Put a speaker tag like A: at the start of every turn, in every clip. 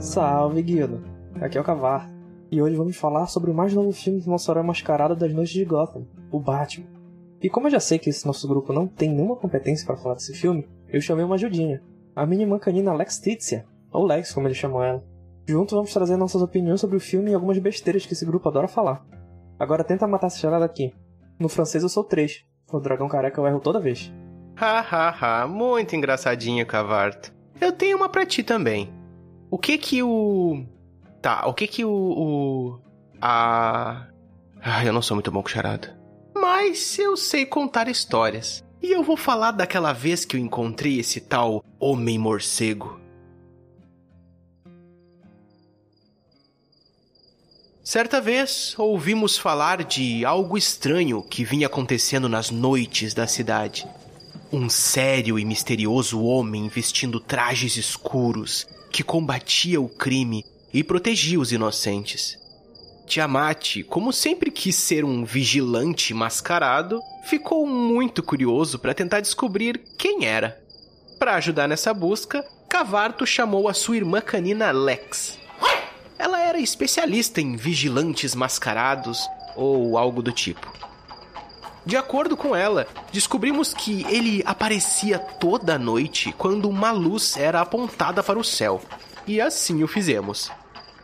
A: Salve, Guildo! Aqui é o Cavar. E hoje vamos falar sobre o mais novo filme do nosso herói mascarado das noites de Gotham, o Batman. E como eu já sei que esse nosso grupo não tem nenhuma competência para falar desse filme, eu chamei uma ajudinha, a mini mancanina Lex Tizia, ou Lex como eles chamam ela. Junto vamos trazer nossas opiniões sobre o filme e algumas besteiras que esse grupo adora falar. Agora tenta matar essa charada aqui. No francês eu sou 3, no dragão careca eu erro toda vez.
B: Ha ha ha, muito engraçadinho, Cavart. Eu tenho uma pra ti também. O que que o... Tá, o que que o... o... A... Ah, eu não sou muito bom com charada. Mas eu sei contar histórias. E eu vou falar daquela vez que eu encontrei esse tal Homem Morcego. Certa vez, ouvimos falar de algo estranho que vinha acontecendo nas noites da cidade. Um sério e misterioso homem vestindo trajes escuros que combatia o crime e protegia os inocentes. Tiamat, como sempre quis ser um vigilante mascarado, ficou muito curioso para tentar descobrir quem era. Para ajudar nessa busca, Cavarto chamou a sua irmã canina Lex. Ela era especialista em vigilantes mascarados ou algo do tipo. De acordo com ela, descobrimos que ele aparecia toda noite quando uma luz era apontada para o céu. E assim o fizemos.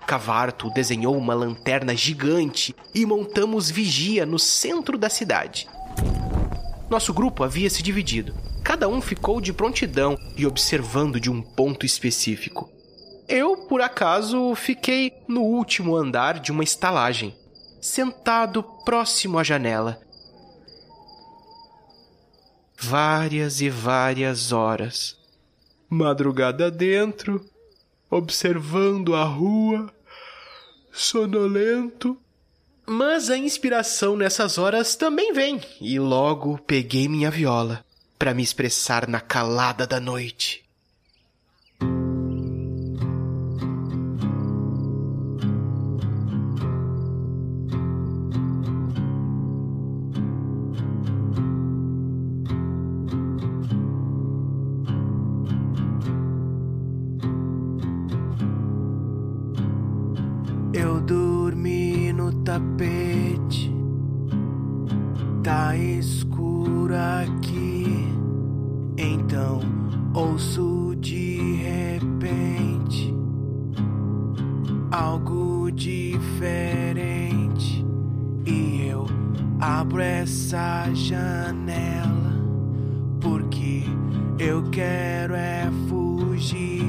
B: Cavarto desenhou uma lanterna gigante e montamos vigia no centro da cidade. Nosso grupo havia se dividido. Cada um ficou de prontidão e observando de um ponto específico. Eu, por acaso, fiquei no último andar de uma estalagem, sentado próximo à janela. Várias e várias horas. Madrugada dentro, observando a rua, sonolento. Mas a inspiração nessas horas também vem, e logo peguei minha viola para me expressar na calada da noite.
C: Eu dormi no tapete, tá escuro aqui. Então ouço de repente algo diferente. E eu abro essa janela, porque eu quero é fugir.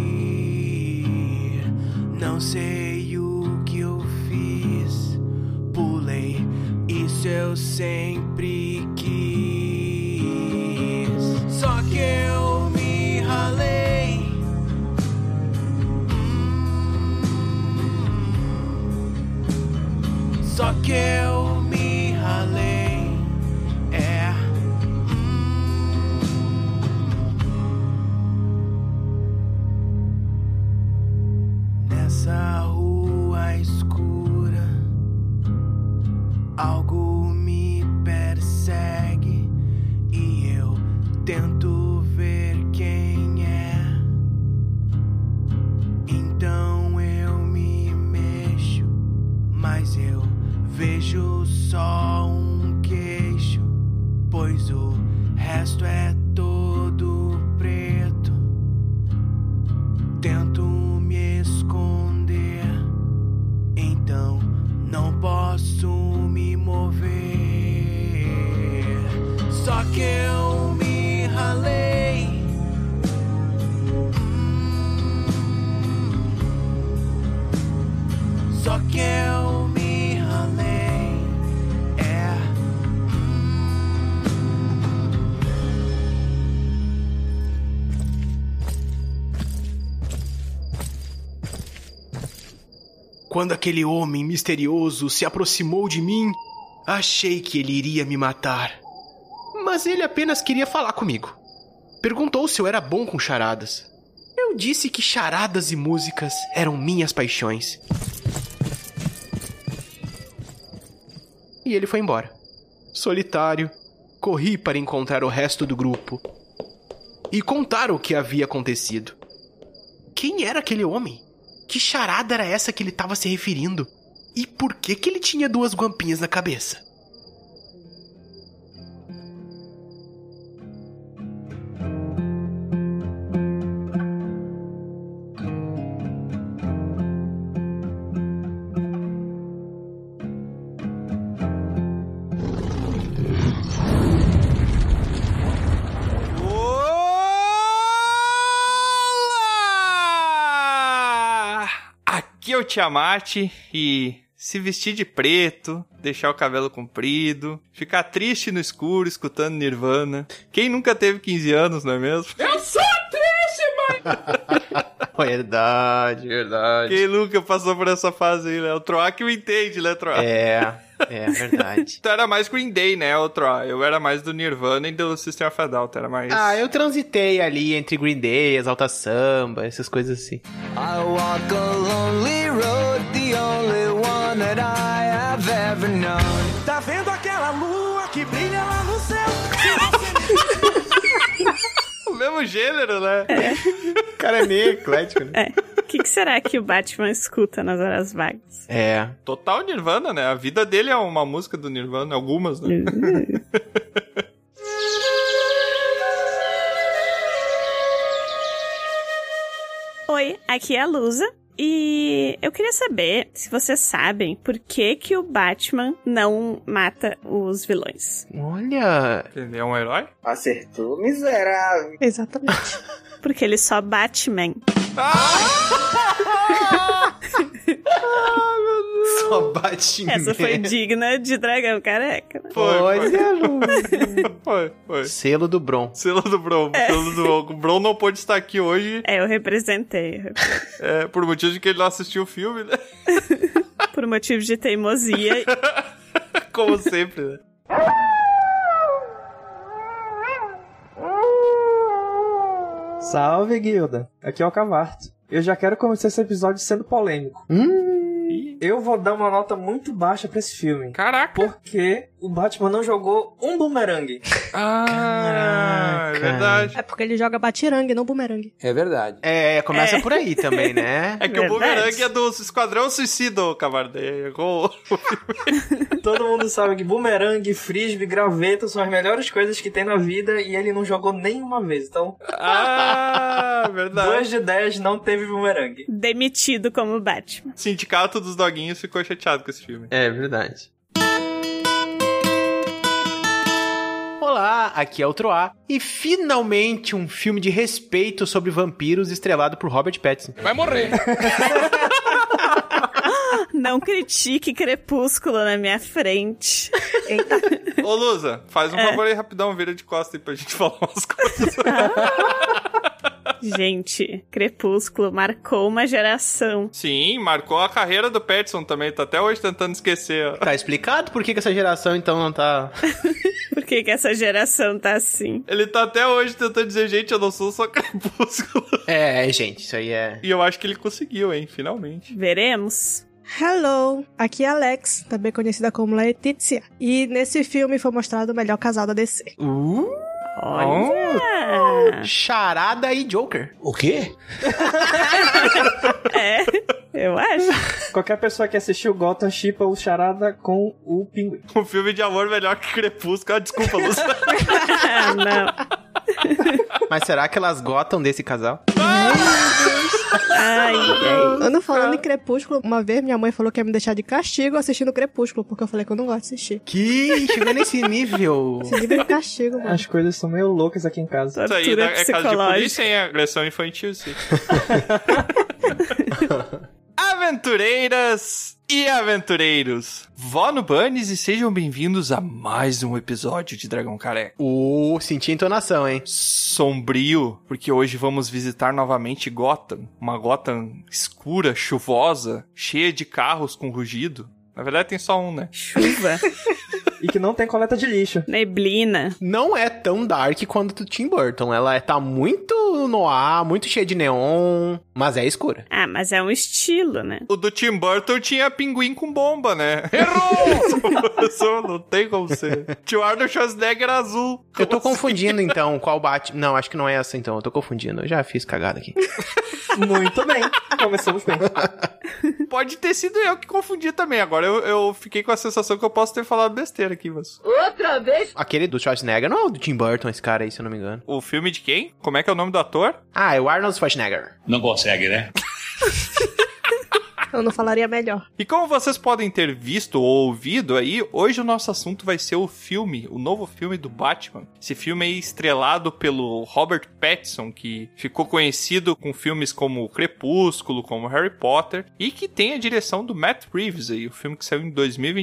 C: Não sei o que eu fiz, pulei, isso eu sempre quis. Só que eu me ralei. Hum. Só que eu me ralei. É. Nessa rua escura, algo me persegue e eu tento ver quem é. Então eu me mexo, mas eu vejo só um queixo, pois o resto é todo preto. Tento me esconder, então não posso me mover. Só que eu me ralei. Hum. Só que eu me ralei. É.
B: Quando aquele homem misterioso se aproximou de mim, achei que ele iria me matar. Mas ele apenas queria falar comigo. Perguntou se eu era bom com charadas. Eu disse que charadas e músicas eram minhas paixões. E ele foi embora. Solitário, corri para encontrar o resto do grupo e contar o que havia acontecido. Quem era aquele homem?
D: Que charada era essa que ele estava se referindo? E por que que ele tinha duas guampinhas na cabeça?
E: Olá! Aqui é o Tiamat e se vestir de preto, deixar o cabelo comprido, ficar triste no escuro escutando Nirvana. Quem nunca teve 15 anos, não é mesmo?
B: Verdade, verdade.
E: Quem nunca passou por essa fase aí, né? O Troá que me entende, né, Troá?
B: É, é verdade.
E: Tu era mais Green Day, né, o Troá? Eu era mais do Nirvana e do System of a Down, tu era mais...
B: Ah, eu transitei ali entre Green Day, Exalta Samba, essas coisas assim.
F: I walk a lonely road, the only one that I have ever known. Tá vendo aquela lua que brilha lá no céu?
E: O mesmo gênero, né?
B: É. O cara é meio eclético, né?
G: O que, que será que o Batman escuta nas horas vagas?
B: É.
E: Total Nirvana, né? A vida dele é uma música do Nirvana, algumas, né?
G: Oi, aqui é a Lusa. E eu queria saber se vocês sabem por que, que o Batman não mata os vilões.
B: Olha,
E: Ele é um herói?
H: Acertou, miserável.
G: Exatamente. Porque ele só Batman.
B: só bate em
G: Essa foi
B: mim.
G: digna de dragão careca. né?
E: Foi,
B: Olha, Lu.
E: foi, foi, foi.
B: Selo do Bron.
E: Selo do Bron, selo do Bron. O Bron não pôde estar aqui hoje
G: É, eu representei. eu rep-
E: é, por motivo de que ele não assistiu o filme, né?
G: Por motivo de teimosia.
E: Como sempre, né?
A: Salve, guilda! Aqui é o Cavarto. Eu já quero começar esse episódio sendo polêmico. Eu vou dar uma nota muito baixa pra esse filme.
E: Caraca!
A: Porque o Batman não jogou um bumerangue.
E: Ah, é verdade.
I: É porque ele joga batirangue, não bumerangue.
H: É verdade.
B: É, começa por aí também, né?
E: É que o
G: Verdade.
E: Boomerang é do Esquadrão Suicida, ô, Cavarda. É, errou.
A: Todo mundo sabe que bumerangue, frisbee, graveto são as melhores coisas que tem na vida e ele não jogou nenhuma vez. Então,
E: Ah, verdade.
A: 2 de 10 não teve bumerangue.
G: demitido como Batman.
E: O sindicato dos doguinhos ficou chateado com esse filme.
B: É verdade. Olá, aqui é o Troá e finalmente um filme de respeito sobre vampiros estrelado por Robert Pattinson.
G: Não critique Crepúsculo na minha frente.
E: Ô, Lusa, faz um favor aí rapidão, vira de costa aí pra gente falar umas coisas.
G: Gente, Crepúsculo marcou uma geração.
E: Sim, marcou a carreira do Pattinson também. Tá até hoje tentando esquecer. ó.
B: Tá explicado por que, que essa geração então não tá.
G: Por que, que essa geração tá assim?
E: Ele tá até hoje tentando dizer, gente, eu não sou só crepúsculo.
B: É, gente, isso aí é.
E: E eu acho que ele conseguiu, hein, finalmente.
G: Veremos.
I: Hello, aqui é Alex, também conhecida como Letícia. E nesse filme foi mostrado o melhor casal da DC.
B: Uh,
E: Oh,
G: Ah,
B: É. charada e Joker.
H: O quê?
G: é, eu acho.
A: Qualquer pessoa que assistiu Gotham chipa o Charada com o Pinguim.
E: um filme de amor melhor que Crepúsculo. Ah, desculpa, Luz.
G: Ah, não.
B: Mas será que elas gotam desse casal?
G: Ai, ai.
I: Ano falando em Crepúsculo, uma vez minha mãe falou que ia me deixar de castigo assistindo Crepúsculo, porque eu falei que eu não gosto de assistir.
B: Que chegou nesse nível.
I: Esse livro é um castigo, mano.
A: As coisas são meio loucas aqui em casa.
E: Isso aí
G: Tortura
E: né, é caso de
G: psicológica.
E: polícia, hein? Agressão infantil, sim. Aventureiras e aventureiros, vó no Bunnies e sejam bem-vindos a mais um episódio de Dragão Careca.
B: Uh, senti a entonação, hein?
E: sombrio, porque hoje vamos visitar novamente Gotham. Uma Gotham escura, chuvosa, cheia de carros com rugido. Na verdade tem só um, né?
G: Chuva,
A: E que não tem coleta de lixo.
G: neblina.
B: Não é tão dark quanto o Tim Burton. Ela é- tá muito muito noir, muito cheio de neon, mas é escura.
G: Ah, mas é um estilo, né?
E: O do Tim Burton tinha pinguim com bomba, né? Errou! Só- não tem como ser. Tinha o Arnold Schwarzenegger era azul.
B: Eu tô
E: assim?
B: confundindo então qual Batman. Não, acho que não é essa então, eu tô confundindo. Eu já fiz cagada aqui.
A: Muito bem. Começamos bem.
E: Pode ter sido eu que confundi também. Agora eu, eu fiquei com a sensação que eu posso ter falado besteira aqui, mas.
B: Aquele do Schwarzenegger não é o do Tim Burton, esse cara aí, se eu não me engano.
E: O filme de quem? Como é que é o nome do ator?
B: Ah, é o Arnold Schwarzenegger.
J: Não consegue, né?
I: Eu não falaria melhor.
E: E como vocês podem ter visto ou ouvido aí, hoje o nosso assunto vai ser o filme, o novo filme do Batman. Esse filme é estrelado pelo Robert Pattinson, que ficou conhecido com filmes como Crepúsculo, como Harry Potter, e que tem a direção do Matt Reeves aí, o filme que saiu em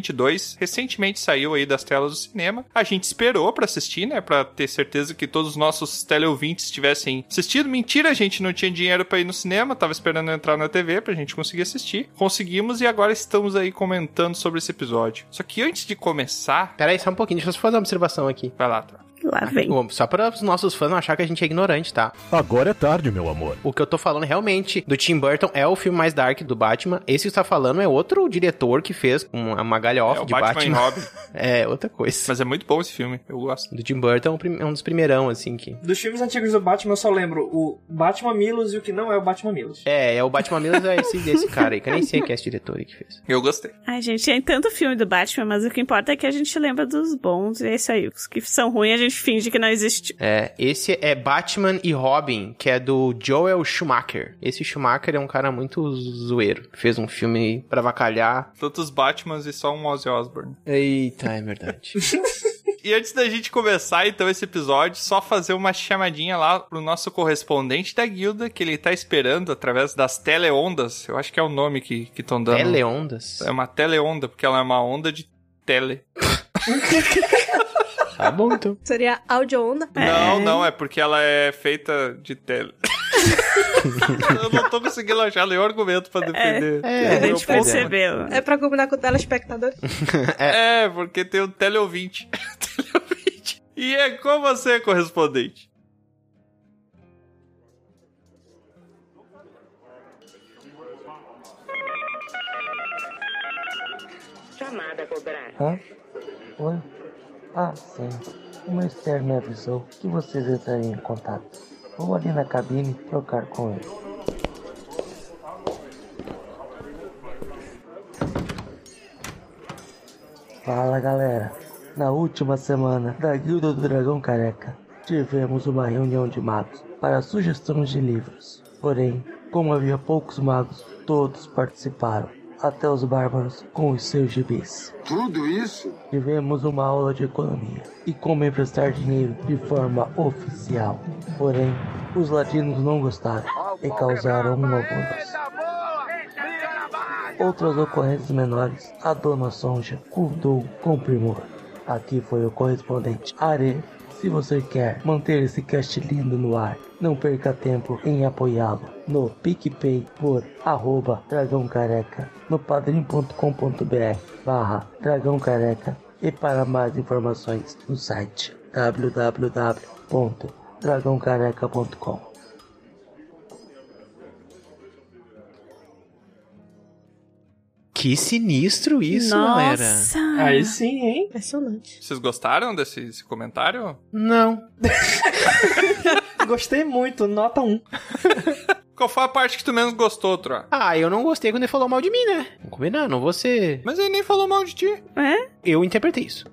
E: 2022, recentemente saiu aí das telas do cinema. A gente esperou pra assistir, né, Pra ter certeza que todos os nossos teleouvintes tivessem assistido. Mentira, a gente não tinha dinheiro pra ir no cinema, tava esperando entrar na TV pra gente conseguir assistir. Conseguimos e agora estamos aí comentando sobre esse episódio. Só que antes de começar,
B: Pera aí, só um pouquinho, deixa eu só fazer uma observação aqui. um,
E: vai lá, tá.
G: Lá vem.
B: Só para os nossos fãs não achar que a gente é ignorante, tá?
J: Agora é tarde, meu amor.
B: O que eu tô falando realmente do Tim Burton é o filme mais dark do Batman. Esse que você tá falando é outro diretor que fez uma, uma galhofa
E: É o
B: de
E: Batman, e
B: Batman.
E: Robin.
B: É, outra coisa.
E: Mas é muito bom esse filme, eu gosto.
B: Do Tim Burton é um prim- é um dos primeirão, assim, que...
A: Dos filmes antigos do Batman, eu só lembro o Batman Milos e o que não é o Batman Milos.
B: É, é o Batman Milos é esse desse cara aí, que eu nem sei quem é esse diretor aí que fez.
E: Eu gostei.
G: Ai, gente, tem tanto filme do Batman, mas o que importa é que a gente lembra dos bons, e é isso aí. Os que são ruins, a gente finge que não existiu.
B: É, esse é Batman e Robin, que é do Joel Schumacher. Esse Schumacher é um cara muito zoeiro. Fez um filme pra vacalhar.
E: Tantos Batmans e só um Ozzy Osbourne.
B: Eita, é verdade.
E: E antes da gente começar, então, esse episódio, só fazer uma chamadinha lá pro nosso correspondente da guilda, que ele tá esperando através das teleondas. Eu acho que é o nome que estão dando.
B: Teleondas.
E: É uma teleonda, porque ela é uma onda de tele.
B: Tá bom, então.
I: Seria áudio onda.
E: Não, não, é porque ela é feita de tele. Eu não tô conseguindo achar nenhum argumento pra defender.
B: É,
G: a
B: é,
E: meu
G: gente
B: pois é.
E: ponto.
G: percebeu.
I: É pra combinar com o telespectador.
E: É, porque tem o teleouvinte. teleouvinte. E é com você, correspondente.
F: Hã? Oi? Ah, sim. O meu externo me avisou que vocês entrariam em contato. Vou ali na cabine trocar com ele. Fala galera! Na última semana da Guilda do Dragão Careca, tivemos uma reunião de magos para sugestões de livros. Porém, como havia poucos magos, todos participaram, até os bárbaros com os seus gibis. Tivemos uma aula de economia e como emprestar dinheiro de forma oficial. Porém, os latinos não gostaram e causaram um novo lance. Outras ocorrências menores, a dona Sonja contou com primor. Aqui foi o correspondente Are. Se você quer manter esse cast lindo no ar, não perca tempo em apoiá-lo no PicPay por arroba Dragão Careca, no padrim.com.br barra Dragão Careca e para mais informações no site www.dragãocareca.com.
B: Que sinistro isso, galera.
G: Nossa!
A: Aí sim, hein?
I: Impressionante.
E: Vocês gostaram desse esse comentário?
B: Não.
A: Gostei muito, nota 1.
E: Qual foi a parte que tu menos gostou, Tro?
B: Ah, eu não gostei quando ele falou mal de mim, né? Vamos combinar, não vou ser...
E: Mas ele nem falou mal de ti.
G: É?
B: Eu interpretei isso.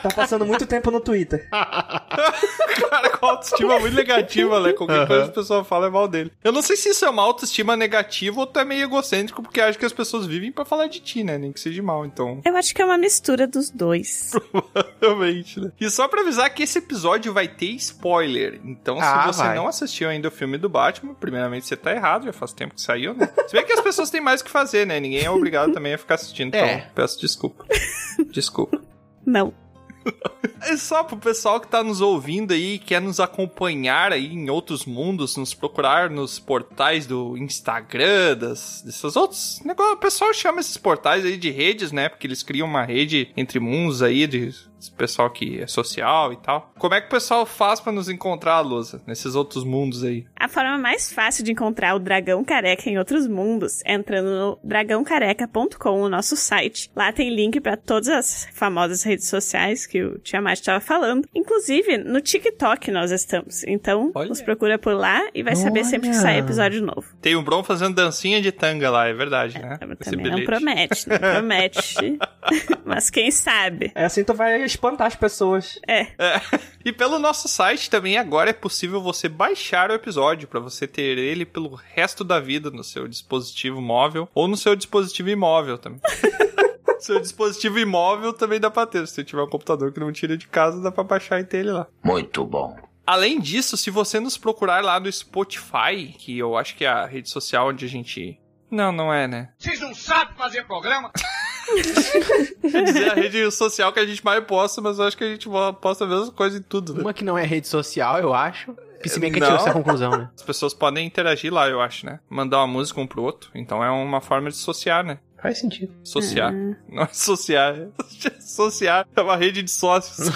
A: Tá passando muito tempo no Twitter.
E: Cara, com autoestima muito negativa, né? Qualquer
B: Aham.
E: coisa que a pessoa fala é mal dele. Eu não sei se isso é uma autoestima negativa ou tu é meio egocêntrico, porque acho que as pessoas vivem pra falar de ti, né? Nem que seja de mal, então.
G: Eu acho que é uma mistura dos dois.
E: Realmente, né? E só pra avisar que esse episódio vai ter spoiler. Então, se
B: Ah,
E: você
B: vai.
E: não assistiu ainda o filme do Batman, primeiramente você tá errado, já faz tempo que saiu, né? Se bem que as pessoas têm mais o que fazer, né? Ninguém é obrigado também a ficar assistindo. Então,
B: É.
E: peço desculpa. Desculpa.
G: Não.
E: É só pro pessoal que tá nos ouvindo aí, quer nos acompanhar aí em outros mundos, nos procurar nos portais do Instagram, das, desses outros negócios. O pessoal chama esses portais aí de redes, né? Porque eles criam uma rede entre mundos aí, de esse pessoal que é social e tal. Como é que o pessoal faz pra nos encontrar, Lusa, nesses outros mundos aí?
G: A forma mais fácil de encontrar o Dragão Careca em outros mundos é entrando no dragãocareca.com, o nosso site. Lá tem link pra todas as famosas redes sociais que o Tiamat estava falando. Inclusive, no TikTok nós estamos. Então, nos procura por lá e vai saber sempre que
E: Olha.
G: sair episódio novo.
E: Tem o Bron fazendo dancinha de tanga lá, é verdade, né? Esse
G: Também não
E: bilhete.
G: promete, não promete. Mas quem sabe?
A: É assim tu vai espantar as pessoas.
G: É.
E: É. E pelo nosso site também agora é possível você baixar o episódio para você ter ele pelo resto da vida no seu dispositivo móvel ou no seu dispositivo imóvel também. seu dispositivo imóvel também dá pra ter. Se você tiver um computador que não tira de casa, dá pra baixar e ter ele lá.
K: Muito bom.
E: Além disso, se você nos procurar lá no Spotify, que eu acho que é a rede social onde a gente. Não, não é, né?
C: Vocês não sabem fazer programa?
E: Quer dizer, a rede social que a gente mais posta, mas eu acho que a gente posta a mesma coisa em tudo. Né?
B: Uma que não é rede social, eu acho. Se bem que
E: Não.
B: tirou essa conclusão, né?
E: As pessoas podem interagir lá, eu acho, né? Mandar uma música um pro outro. Então é uma forma de associar, né?
B: Faz sentido.
E: Associar. Não é associar. é Associar é uma rede de sócios.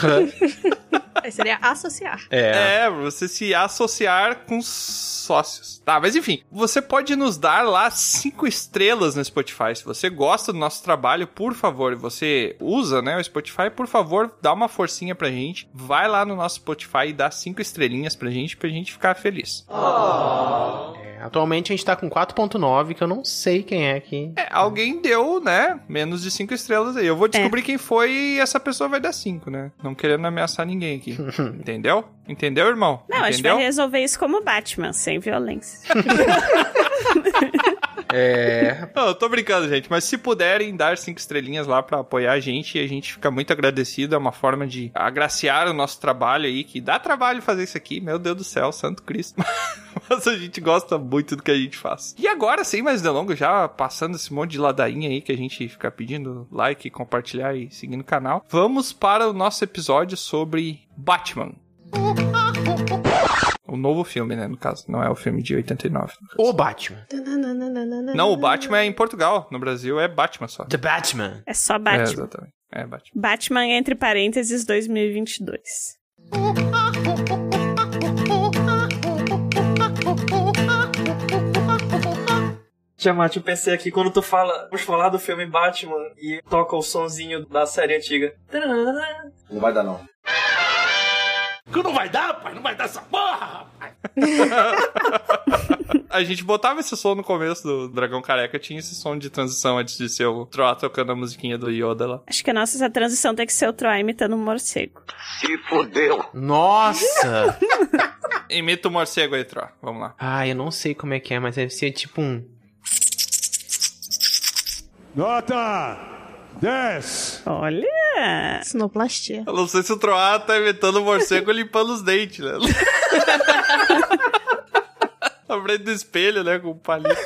I: Aí seria associar.
E: É. você se associar com sócios. Tá, mas enfim, você pode nos dar lá cinco estrelas no Spotify. Se você gosta do nosso trabalho, por favor, você usa, né, o Spotify, por favor, dá uma forcinha pra gente. Vai lá no nosso Spotify e dá cinco estrelinhas pra gente, pra gente ficar feliz.
B: É, Atualmente a gente tá com 4.9, que eu não sei quem é que...
E: É, alguém deu, né, menos de cinco estrelas aí. Eu
G: É.
E: vou descobrir quem foi e essa pessoa vai dar cinco, né? Não querendo ameaçar ninguém aqui. Entendeu? Entendeu, irmão?
G: Não, a gente
E: Entendeu?
G: vai resolver isso como Batman, sem violência.
B: É.
E: Não, eu tô brincando, gente, mas se puderem dar cinco estrelinhas lá pra apoiar a gente, a gente fica muito agradecido. É uma forma de agraciar o nosso trabalho aí, que dá trabalho fazer isso aqui, meu Deus do céu, Santo Cristo. mas a gente gosta muito do que a gente faz. E agora, sem mais delongas, já passando esse monte de ladainha aí que a gente fica pedindo like, compartilhar e seguindo o canal, vamos para o nosso episódio sobre Batman. O novo filme, né? No caso, não é o filme de 89.
B: O Batman.
E: Não, o Batman é em Portugal. No Brasil é Batman só.
B: The Batman.
G: É só
E: É,
G: Batman.
E: exatamente. É Batman.
G: Batman entre parênteses 2022.
A: Tiamat, eu pensei aqui quando tu fala, vamos falar do filme Batman e toca o sonzinho da série antiga.
K: Não vai dar, não.
C: Que não vai dar, pai? Não vai dar essa porra!
E: A gente botava esse som no começo do Dragão Careca, tinha esse som de transição antes de ser o Troá tocando a musiquinha do Yoda lá.
G: Acho que a nossa essa transição tem que ser o Troy imitando um morcego.
E: Se fodeu!
B: Nossa!
E: Imita o morcego aí, Troá. Vamos lá.
B: ah, eu não sei como é que é, mas deve ser tipo um...
C: Nota 10!
G: Olha!
I: Sinoplastia.
E: Eu não sei se o Troá tá imitando o morcego limpando os dentes, né? Na frente do espelho, né? Com o palito.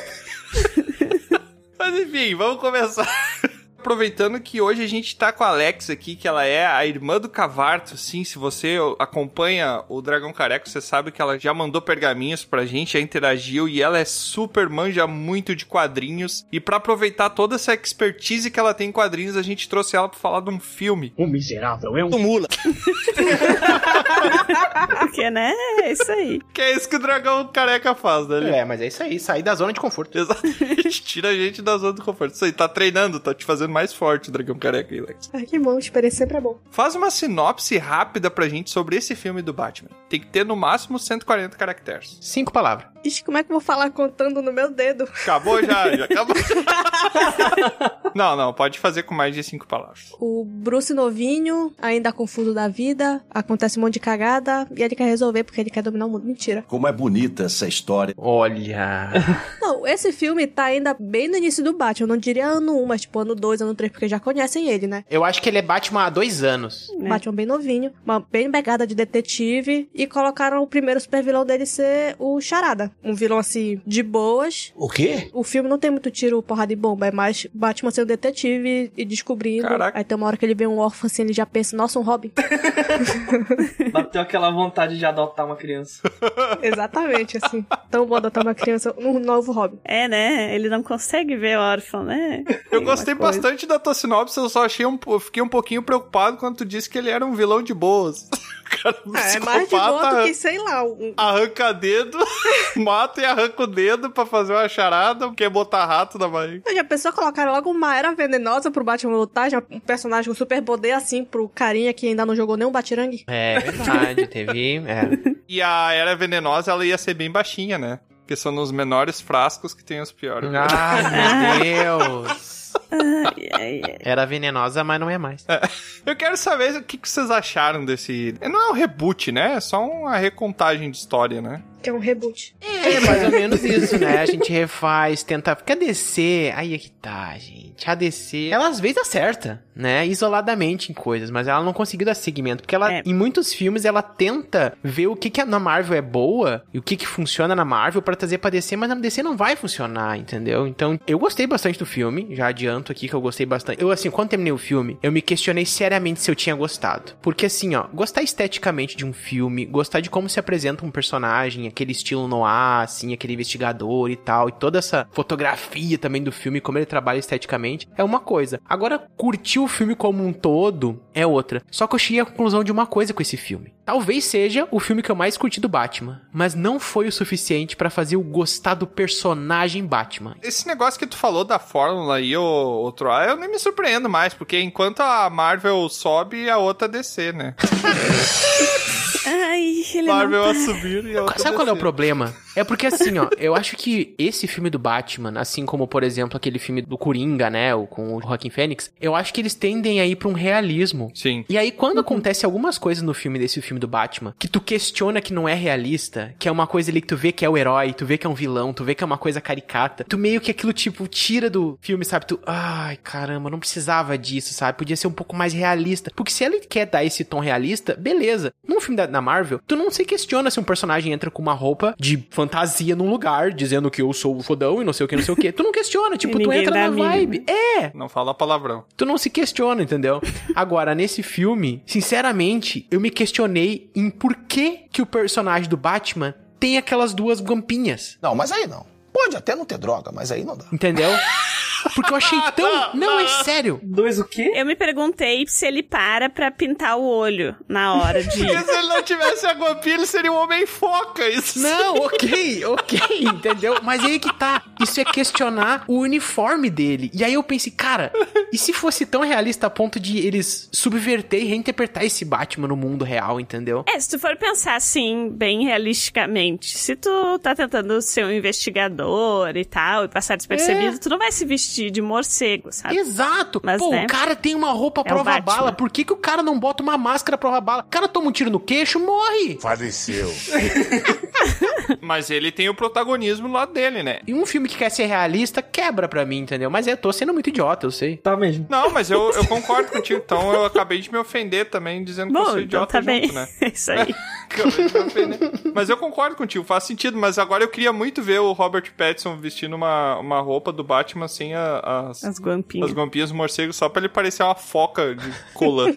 E: Mas enfim, vamos começar. Aproveitando que hoje a gente tá com a Alex aqui, que ela é a irmã do Cavarto. Sim, se você acompanha o Dragão Careca, você sabe que ela já mandou pergaminhos pra gente, já interagiu e ela é super manja muito de quadrinhos. E pra aproveitar toda essa expertise que ela tem em quadrinhos, a gente trouxe ela pra falar de um filme. O miserável é um mula.
G: Porque, né? É isso aí.
E: Que é isso que o dragão careca faz, né?
B: É, mas é isso aí, sair da zona de
I: É.
B: conforto.
E: Exatamente, tira a gente da zona do conforto. Isso aí, tá treinando, tá te fazendo mais forte o dragão careca aí, Lex.
I: Ai, que bom, experiência sempre é bom.
E: Faz uma sinopse rápida pra gente sobre esse filme do Batman. Tem que ter no máximo 140 caracteres.
B: Cinco palavras.
I: Ixi, como é que eu vou falar contando no meu dedo?
E: Acabou já, já acabou. não, não, pode fazer com mais de cinco palavras.
I: O Bruce novinho, ainda confuso da vida, acontece um monte de cagada e ele quer resolver porque ele quer dominar o mundo. Mentira.
K: Como é bonita essa história.
B: Olha.
I: Não, esse filme tá ainda bem no início do Batman. Eu não diria ano 1, mas tipo ano 2, ano 3, porque já conhecem ele, né?
B: Eu acho que ele é Batman há dois anos.
I: Batman bem novinho, uma bem pegada de detetive, e colocaram o primeiro supervilão dele ser o Charada. Um vilão assim, de boas.
K: O quê?
I: O filme não tem muito tiro, porrada e bomba, é mais Batman sendo ser um detetive e descobrindo.
A: Caraca.
I: Aí tem uma hora que ele vê um órfão assim, ele já pensa, nossa, um Robin.
A: Bateu aquela vontade de adotar uma criança.
I: Exatamente, assim. Tão bom adotar uma criança, um novo Robin.
G: É, né? Ele não consegue ver o órfão, né?
E: Eu gostei bastante da tua sinopse, eu só achei um, eu fiquei um pouquinho preocupado quando tu disse que ele era um vilão de boas. O cara é um
I: É mais de
E: psicopata,
I: boa do que, sei lá, um...
E: Arranca dedo, mata e arranca o dedo pra fazer uma charada, porque é botar rato na barriga.
I: Já pensou colocar logo uma era venenosa pro Batman lutar? Já um personagem com super poder, assim, pro carinha que ainda não jogou nenhum batirangue?
B: É verdade, teve. É.
E: E a era venenosa, ela ia ser bem baixinha, né? Porque são nos menores frascos que tem os piores.
B: Ah, meu Deus!
G: Ai, ai, ai.
B: Era venenosa, mas não é mais.
E: Eu quero saber o que que vocês acharam desse. Não é um reboot, né? É só uma recontagem de história, né?
I: Que é um reboot.
B: É mais ou menos isso, né? A gente refaz, tenta. Porque a DC. Aí é que tá, gente. A DC. Ela às vezes acerta, né? Isoladamente em coisas, mas ela não conseguiu dar seguimento. Porque ela, em muitos filmes, ela tenta ver o que, que na Marvel é boa e o que, que funciona na Marvel pra trazer pra DC, mas na DC não vai funcionar, entendeu? Então, eu gostei bastante do filme. Já adianto aqui que eu gostei bastante. Eu, assim, quando terminei o filme, eu me questionei seriamente se eu tinha gostado. Porque, assim, ó, gostar esteticamente de um filme, gostar de como se apresenta um personagem, aquele estilo no ar, assim, aquele investigador e tal, e toda essa fotografia também do filme, como ele trabalha esteticamente, é uma coisa. Agora, curtir o filme como um todo é outra. Só que eu cheguei à conclusão de uma coisa com esse filme. Talvez seja o filme que eu mais curti do Batman, mas não foi o suficiente pra fazer eu gostar do personagem Batman.
E: Esse negócio que tu falou da fórmula aí, o outro A, eu nem me surpreendo mais, porque enquanto a Marvel sobe, a outra descer, né?
G: Ai, ele
E: Marvel
G: não
E: a
G: tá...
E: subir e a outra
B: Sabe qual é o
E: descer.
B: problema? É porque assim, ó, eu acho que esse filme do Batman, assim como, por exemplo, aquele filme do Coringa, né, o- com o Joaquin Fênix, eu acho que eles tendem aí pra um realismo.
E: Sim.
B: E aí
G: Uhum.
B: quando acontece algumas coisas no filme desse filme do Batman, que tu questiona que não é realista, que é uma coisa ali que tu vê que é o herói, tu vê que é um vilão, tu vê que é uma coisa caricata, tu meio que aquilo tipo tira do filme, sabe? Tu, ai, caramba, não precisava disso, sabe? Podia ser um pouco mais realista. Porque se ele quer dar esse tom realista, beleza. Num filme da, da Marvel, tu não se questiona se um personagem entra com uma roupa de fantasia num lugar, dizendo que eu sou o fodão e não sei o que, não sei o que. Tu não questiona, tipo, tu
G: Ninguém
B: entra na
G: dá a mínima.
B: vibe. É,
E: Não fala palavrão.
B: Tu não se questiona, entendeu? Agora, nesse filme, sinceramente, eu me questionei em por que que o personagem do Batman tem aquelas duas guampinhas,
K: Não, mas aí não. Pode até não ter droga, mas aí não dá.
B: entendeu? Porque eu achei tão... Não, é sério.
A: Dois o quê?
G: Eu me perguntei se ele para pra pintar o olho na hora de.
E: Porque se ele não tivesse a guampinha, ele seria um homem foca. Isso né?
B: Não, ok, ok, entendeu? Mas aí que tá. Isso é questionar o uniforme dele. E aí eu pensei, cara, e se fosse tão realista a ponto de eles subverter e reinterpretar esse Batman no mundo real, entendeu?
G: É, se tu for pensar assim, bem realisticamente, se tu tá tentando ser um investigador e tal, e passar
E: É.
G: despercebido, tu não vai se vestir de morcego, sabe?
B: Exato!
G: Mas,
B: Pô,
G: né?
B: o cara tem uma roupa
G: É o
B: prova
G: Batman.
B: bala. Por que, que o cara não bota uma máscara prova bala? O cara toma um tiro no queixo, morre!
J: Faleceu.
E: Mas ele tem o protagonismo lá dele, né?
B: E um filme que quer ser realista quebra pra mim, entendeu? Mas eu tô sendo muito idiota, eu sei.
A: Tá mesmo.
E: Não, mas eu, eu concordo contigo, então eu acabei de me ofender também, dizendo que eu
G: Bom,
E: sou
G: então
E: é idiota
G: tá bem.
E: junto, né?
G: É isso aí.
E: Acabei de me ofender. mas eu concordo contigo, faz sentido, mas agora eu queria muito ver o Robert Pattinson vestindo uma, uma roupa do Batman sem a- as,
G: As
E: as
G: guampinhas.
E: guampinhas do morcego, só pra ele parecer uma foca de colã.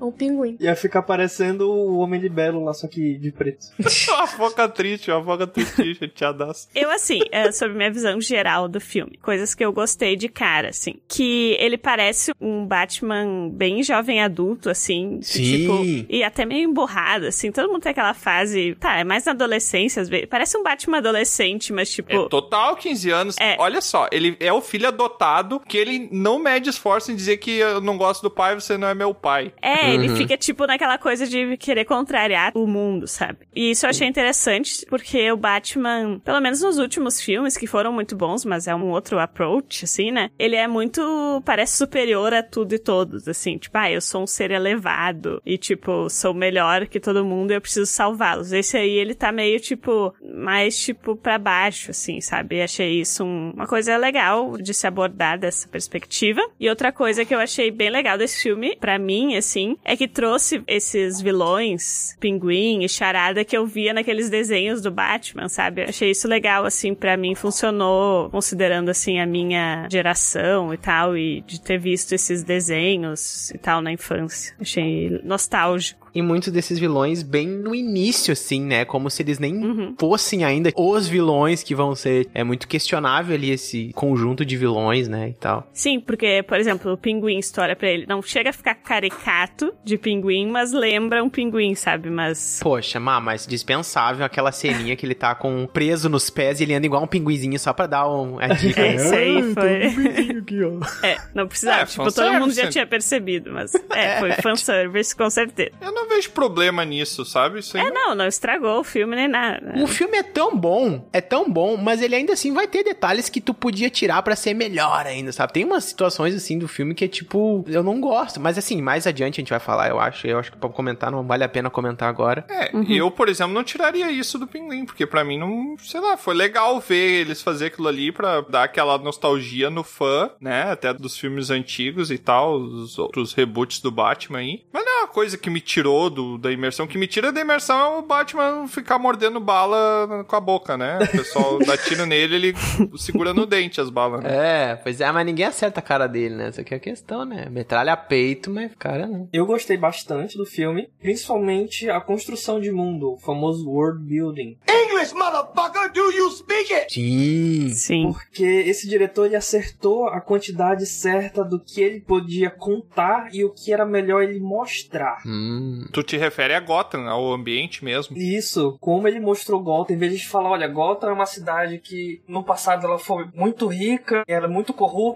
I: Um pinguim.
A: Ia ficar parecendo o Homem de Belo lá, só que de preto.
E: uma foca triste, uma foca triste, chateadaça.
G: Eu, assim, é, sobre minha visão geral do filme, coisas que eu gostei de cara, assim, que ele parece um Batman bem jovem adulto, assim, que,
B: Sim.
G: tipo, e até meio emburrado, assim, todo mundo tem aquela fase, tá, é mais na adolescência, às vezes, parece um Batman adolescente, mas, tipo,
E: É total 15 anos.
G: É.
E: Olha só, ele é o filho adotado que ele não mede esforço em dizer que eu não gosto do pai, você não é meu pai.
G: É, ele fica, tipo, naquela coisa de querer contrariar o mundo, sabe? E isso eu achei interessante, porque o Batman, pelo menos nos últimos filmes, que foram muito bons, mas é um outro approach, assim, né? Ele é muito, parece superior a tudo e todos, assim. Tipo, ah, eu sou um ser elevado e, tipo, sou melhor que todo mundo e eu preciso salvá-los. Esse aí, ele tá meio, tipo, mais, tipo, pra baixo, assim, sabe? E achei isso um- uma coisa legal de se abordar dessa perspectiva. E outra coisa que eu achei bem legal desse filme, pra mim, assim, é que trouxe esses vilões, pinguim e charada, que eu via naqueles desenhos do Batman, sabe? Achei isso legal, assim, pra mim funcionou, considerando, assim, a minha geração e tal, e de ter visto esses desenhos e tal na infância. Achei nostálgico.
B: E muitos desses vilões bem no início, assim, né? Como se eles nem
G: Uhum.
B: fossem ainda os vilões que vão ser. É muito questionável ali esse conjunto de vilões, né? E tal.
G: Sim, porque, por exemplo, o pinguim estoura pra ele. Não chega a ficar caricato de pinguim, mas lembra um pinguim, sabe? Mas.
B: Poxa, má, mas dispensável aquela ceninha que ele tá com preso nos pés e ele anda igual um pinguizinho só pra dar um, a dica.
G: É, isso aí
B: Ai,
G: foi.
B: um aqui, ó.
G: É, não precisava.
B: É,
G: tipo, todo mundo já
E: fanservice.
G: tinha percebido, mas. É, foi fanservice, com certeza.
E: Eu não vejo problema nisso, sabe? Isso aí
G: É, não, não estragou o filme nem nada. né?
B: O filme é tão bom, é tão bom, mas ele ainda assim vai ter detalhes que tu podia tirar pra ser melhor ainda, sabe? Tem umas situações assim do filme que é tipo, eu não gosto, mas assim, mais adiante a gente vai falar, eu acho, eu acho que pra comentar não vale a pena comentar agora.
E: É, eu, por exemplo, não tiraria isso do Pinguim, porque pra mim não, sei lá, foi legal ver eles fazer aquilo ali pra dar aquela nostalgia no fã, né, até dos filmes antigos e tal, os outros reboots do Batman aí. Mas não é uma coisa que me tirou do, da imersão, o que me tira da imersão é o Batman ficar mordendo bala com a boca, né? O pessoal dá tiro nele, ele segura no dente as balas, né?
B: É, pois é, mas ninguém acerta a cara dele, né? Essa aqui é a questão, né? Metralha a peito, mas cara não.
A: Eu gostei bastante do filme, principalmente a construção de mundo, o famoso world building.
C: English, motherfucker, do you speak it?
B: Sim.
G: Sim.
A: Porque esse diretor ele acertou a quantidade certa do que ele podia contar e o que era melhor ele mostrar.
B: Hum.
E: Tu te refere a Gotham, ao ambiente mesmo.
A: E Isso, como ele mostrou Gotham, em vez de falar, olha, Gotham é uma cidade que no passado ela foi muito rica, era muito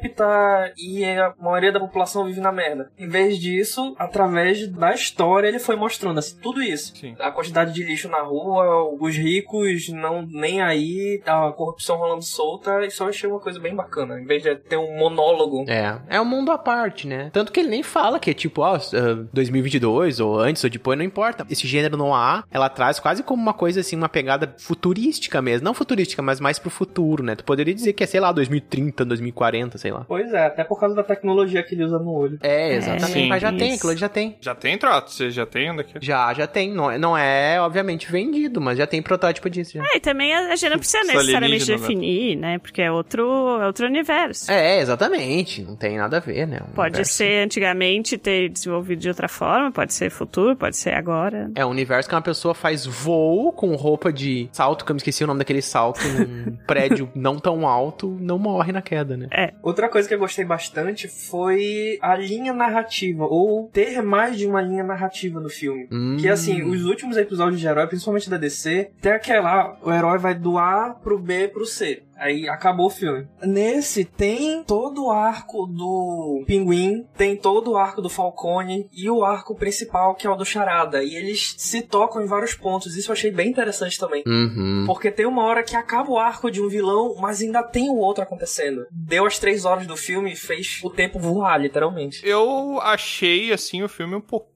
A: corrupta e a maioria da população vive na merda. Em vez disso, através da história, ele foi mostrando assim, tudo isso. A quantidade de lixo na rua, os ricos não nem aí, a corrupção rolando solta, isso eu achei uma coisa bem bacana. Em vez de ter um monólogo.
B: É, é um mundo à parte, né? Tanto que ele nem fala que é tipo, ó, ah, 2022 ou antes ou depois, não importa. Esse gênero no A, ela traz quase como uma coisa assim, uma pegada futurística mesmo. Não futurística, mas mais pro futuro, né? Tu poderia dizer que é, sei lá, 2030, 2040, sei lá.
A: Pois é, até por causa da tecnologia que ele usa no olho.
B: É, exatamente.
E: Sim.
B: mas já tem,
E: Isso.
B: aquilo ali já tem.
E: Já tem, Trato? Você já tem é ainda aqui?
B: Já, já tem. Não, não é, obviamente, vendido, mas já tem protótipo disso. Já.
G: É, e também a a gente não precisa
B: Isso
G: necessariamente
B: alienígena, né?
G: definir, né? Porque é outro, é outro universo.
B: É, exatamente. Não tem nada a ver, né? Um
G: Pode
B: universo-
G: ser antigamente ter desenvolvido de outra forma, pode ser futuro, pode ser agora.
B: É um universo que uma pessoa faz voo com roupa de salto, que eu me esqueci o nome daquele salto, num prédio não tão alto, não morre na queda, né?
G: É.
A: Outra coisa que eu gostei bastante foi a linha narrativa, ou ter mais de uma linha narrativa no filme. Que
B: Hum.
A: assim, os últimos episódios de herói, principalmente da DC, tem aquela, o herói vai do A pro B pro C. Aí acabou o filme. Nesse tem todo o arco do Pinguim, tem todo o arco do Falcone e o arco principal que é o do Charada. E eles se tocam em vários pontos. Isso eu achei bem interessante também.
B: Uhum.
A: Porque tem uma hora que acaba o arco de um vilão, mas ainda tem o outro acontecendo. Deu as três horas do filme e fez o tempo voar, literalmente.
E: Eu achei, assim, o filme um pouquinho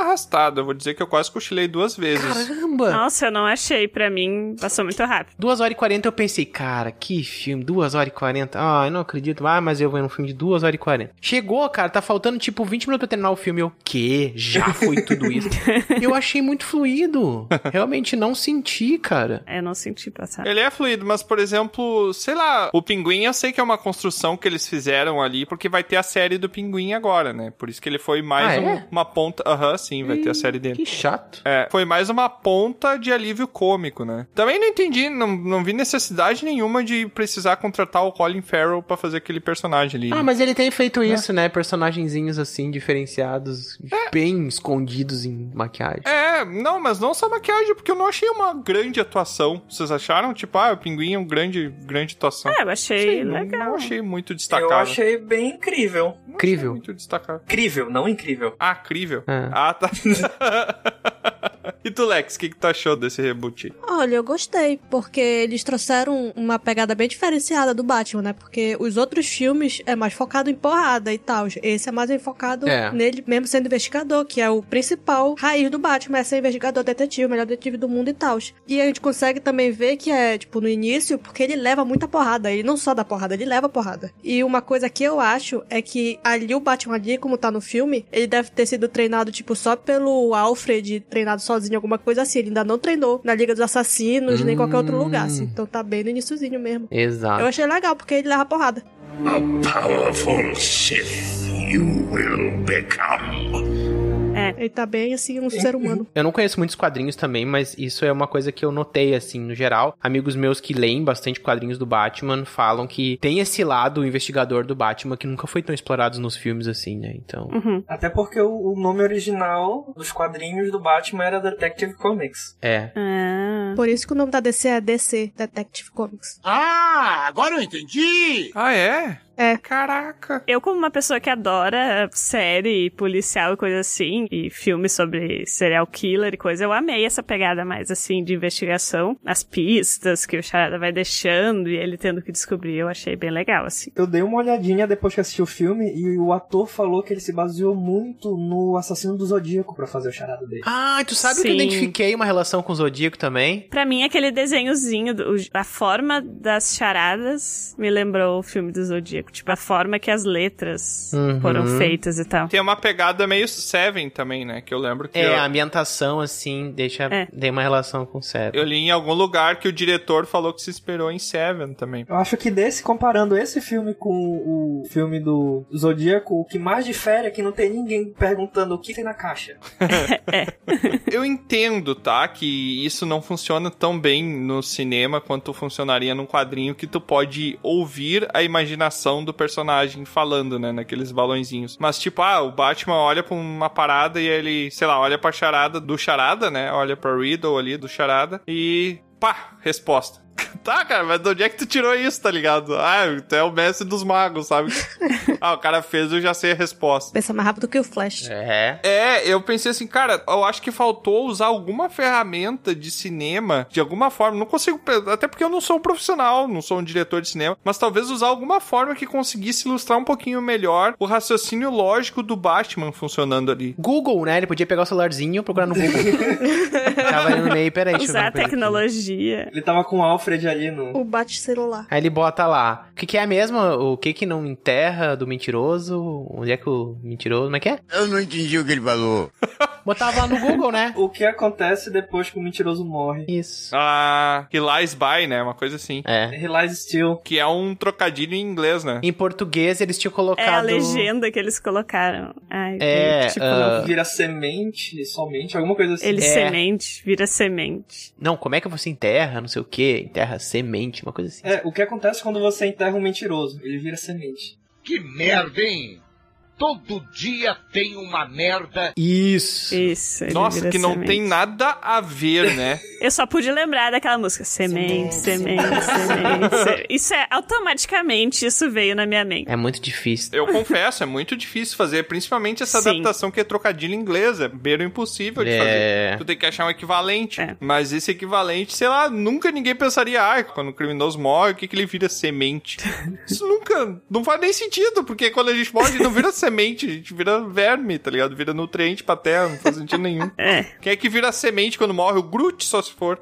E: arrastado. Eu vou dizer que eu quase cochilei duas vezes.
B: Caramba!
A: Ah.
G: Nossa, eu não achei. Pra mim, passou muito rápido.
B: 2 horas e 40 eu pensei, cara, que filme, 2 horas e 40. Ah, eu não acredito. Ah, mas eu vou num filme de 2 horas e 40. Chegou, cara, tá faltando tipo 20 minutos pra terminar o filme. Eu, que? Já foi tudo isso? eu achei muito fluido. Realmente não senti, cara.
G: Eu não senti passar.
E: Ele é fluido, mas, por exemplo, sei lá, o Pinguim eu sei que é uma construção que eles fizeram ali, porque vai ter a série do Pinguim agora, né? Por isso que ele foi mais
B: Ah,
E: um-
B: é?
E: uma ponta. Aham, sim, vai ter a série dele.
B: Que chato.
E: É, foi mais uma ponta de alívio cômico, né? Também não entendi, não, não vi necessidade nenhuma de precisar contratar o Colin Farrell pra fazer aquele personagem ali. né?
B: Ah, mas ele tem feito
E: É.
B: isso, né? Personagenzinhos assim, diferenciados, bem escondidos em maquiagem.
E: É, não, mas não só maquiagem, porque eu não achei uma grande atuação. Vocês acharam? Tipo, ah, o Pinguim é um grande, grande atuação.
G: Ah, eu achei
E: Sei, não-
G: legal.
E: Não achei muito destacado.
A: Eu achei bem incrível.
B: Incrível.
E: muito destacado.
A: Incrível, não incrível.
E: Ah, crível.
B: É.
E: Ah, tá. E tu, Lex, o que, que tu achou desse reboot?
I: Olha, eu gostei, porque eles trouxeram uma pegada bem diferenciada do Batman, né? Porque os outros filmes é mais focado em porrada e tal. Esse é mais enfocado
B: É.
I: nele mesmo sendo investigador, que é o principal raiz do Batman, é ser investigador detetive, o melhor detetive do mundo e tal. E a gente consegue também ver que é, tipo, no início, porque ele leva muita porrada, ele não só dá porrada, ele leva porrada. E uma coisa que eu acho é que ali o Batman ali, como tá no filme, ele deve ter sido treinado, tipo, só pelo Alfred, treinado sozinho, alguma coisa assim. Ele ainda não treinou na Liga dos Assassinos, nem em qualquer outro lugar, assim. Então tá bem no iniciozinho mesmo.
B: Exato.
I: Eu achei legal, porque ele leva porrada.
L: Powerful Sith you will become.
I: É. Ele tá bem, assim, um ser humano.
B: Eu não conheço muitos quadrinhos também, mas isso é uma coisa que eu notei, assim, no geral. Amigos meus que leem bastante quadrinhos do Batman falam que tem esse lado, o investigador do Batman, que nunca foi tão explorado nos filmes assim, né? Então.
G: Uhum.
A: Até porque o, o nome original dos quadrinhos do Batman era Detective Comics.
B: É.
I: Por isso que o nome da DC é DC, Detective Comics.
L: Ah, agora eu entendi!
E: Ah, é?
I: É.
E: Caraca.
G: Eu, como uma pessoa que adora série policial e coisa assim, e filmes sobre serial killer e coisa, eu amei essa pegada mais assim de investigação, as pistas que o Charada vai deixando e ele tendo que descobrir, eu achei bem legal, assim.
A: Eu dei uma olhadinha depois que assisti o filme e o ator falou que ele se baseou muito no Assassino do Zodíaco pra fazer o charada dele.
B: Ah, tu sabe que eu
G: Sim.
B: identifiquei uma relação com o Zodíaco também?
G: Pra mim, aquele desenhozinho, do- o- a forma das charadas me lembrou o filme do Zodíaco. Tipo, a forma que as letras
B: Uhum.
G: foram feitas e tal.
E: Tem uma pegada meio Seven também, né? Que eu lembro que
B: É,
E: eu,
B: a ambientação, assim, deixa.
G: É.
B: Tem uma relação com o Seth.
E: eu li em algum lugar que o diretor falou que se inspirou em Seven também.
A: Eu acho que desse, comparando esse filme com o filme do Zodíaco, o que mais difere é que não tem ninguém perguntando o que tem na caixa.
E: Eu entendo, tá? Que isso não funciona tão bem no cinema quanto funcionaria num quadrinho que tu pode ouvir a imaginação do personagem falando, né? Naqueles balõezinhos. Mas, tipo, ah, o Batman olha pra uma parada e ele, sei lá, olha pra charada do charada, né? Olha pra Riddle ali do charada e. pá! Resposta. Tá, cara, mas de onde é que tu tirou isso, tá ligado? Ah, tu é o mestre dos magos, sabe? ah, o cara fez, eu já sei a resposta.
I: Pensa mais rápido que o Flash.
B: É.
E: É, eu pensei assim, cara, eu acho que faltou usar alguma ferramenta de cinema, de alguma forma. Não consigo, pe- até porque eu não sou um profissional, não sou um diretor de cinema, mas talvez usar alguma forma que conseguisse ilustrar um pouquinho melhor o raciocínio lógico do Batman funcionando ali.
B: Google, né? Ele podia pegar o celularzinho e procurar no Google. Tava ali no meio, peraí, deixa eu ver
G: Usar
B: uma
G: a
B: coisa aqui.
G: tecnologia.
A: Ele tava com o Alfred ali no.
I: O bate-celular.
B: Aí ele bota lá. O que, que é mesmo? O que que não enterra do mentiroso? Onde é que o mentiroso. Como é que é?
L: Eu não entendi o que ele falou.
B: Botava lá no Google, né?
A: O que acontece depois que o mentiroso morre?
B: Isso.
E: Ah, he lies by, né? Uma coisa assim.
B: É.
A: Relies Steel.
E: Que é um trocadilho em inglês, né?
B: Em português eles tinham
G: É a
B: colocado.
G: legenda que eles colocaram. Ai,
B: É,
G: que, tipo,
B: ah,
A: Vira semente somente, alguma coisa assim.
G: ele
B: é.
G: semente, vira semente.
B: Não, como é que você enterra, não sei o quê? Enterra semente, uma coisa assim.
A: É, o que acontece quando você enterra um mentiroso? Ele vira semente.
L: Que merda, hein? Todo dia tem uma merda.
B: Isso.
G: Isso, ele
E: Nossa,
G: vira
E: que não
G: semente.
E: tem nada a ver, né?
G: Eu só pude lembrar daquela música. Semente, semente, semente. semente. Isso é automaticamente, isso veio na minha mente.
B: É muito difícil.
E: Eu confesso, é muito difícil fazer, principalmente essa
G: Sim.
E: adaptação que é trocadilho em inglês, é beiro impossível de
B: É.
E: fazer. Tu tem que achar um equivalente.
G: É.
E: Mas esse equivalente, sei lá, nunca ninguém pensaria, ah, quando o criminoso morre, o que, que ele vira semente? Isso nunca, não faz nem sentido, porque quando a gente morre, a gente não vira semente, a gente vira verme, tá ligado? Vira nutriente pra terra, não faz sentido nenhum.
G: É.
E: Quem é que vira semente quando morre? O Groot, só se for.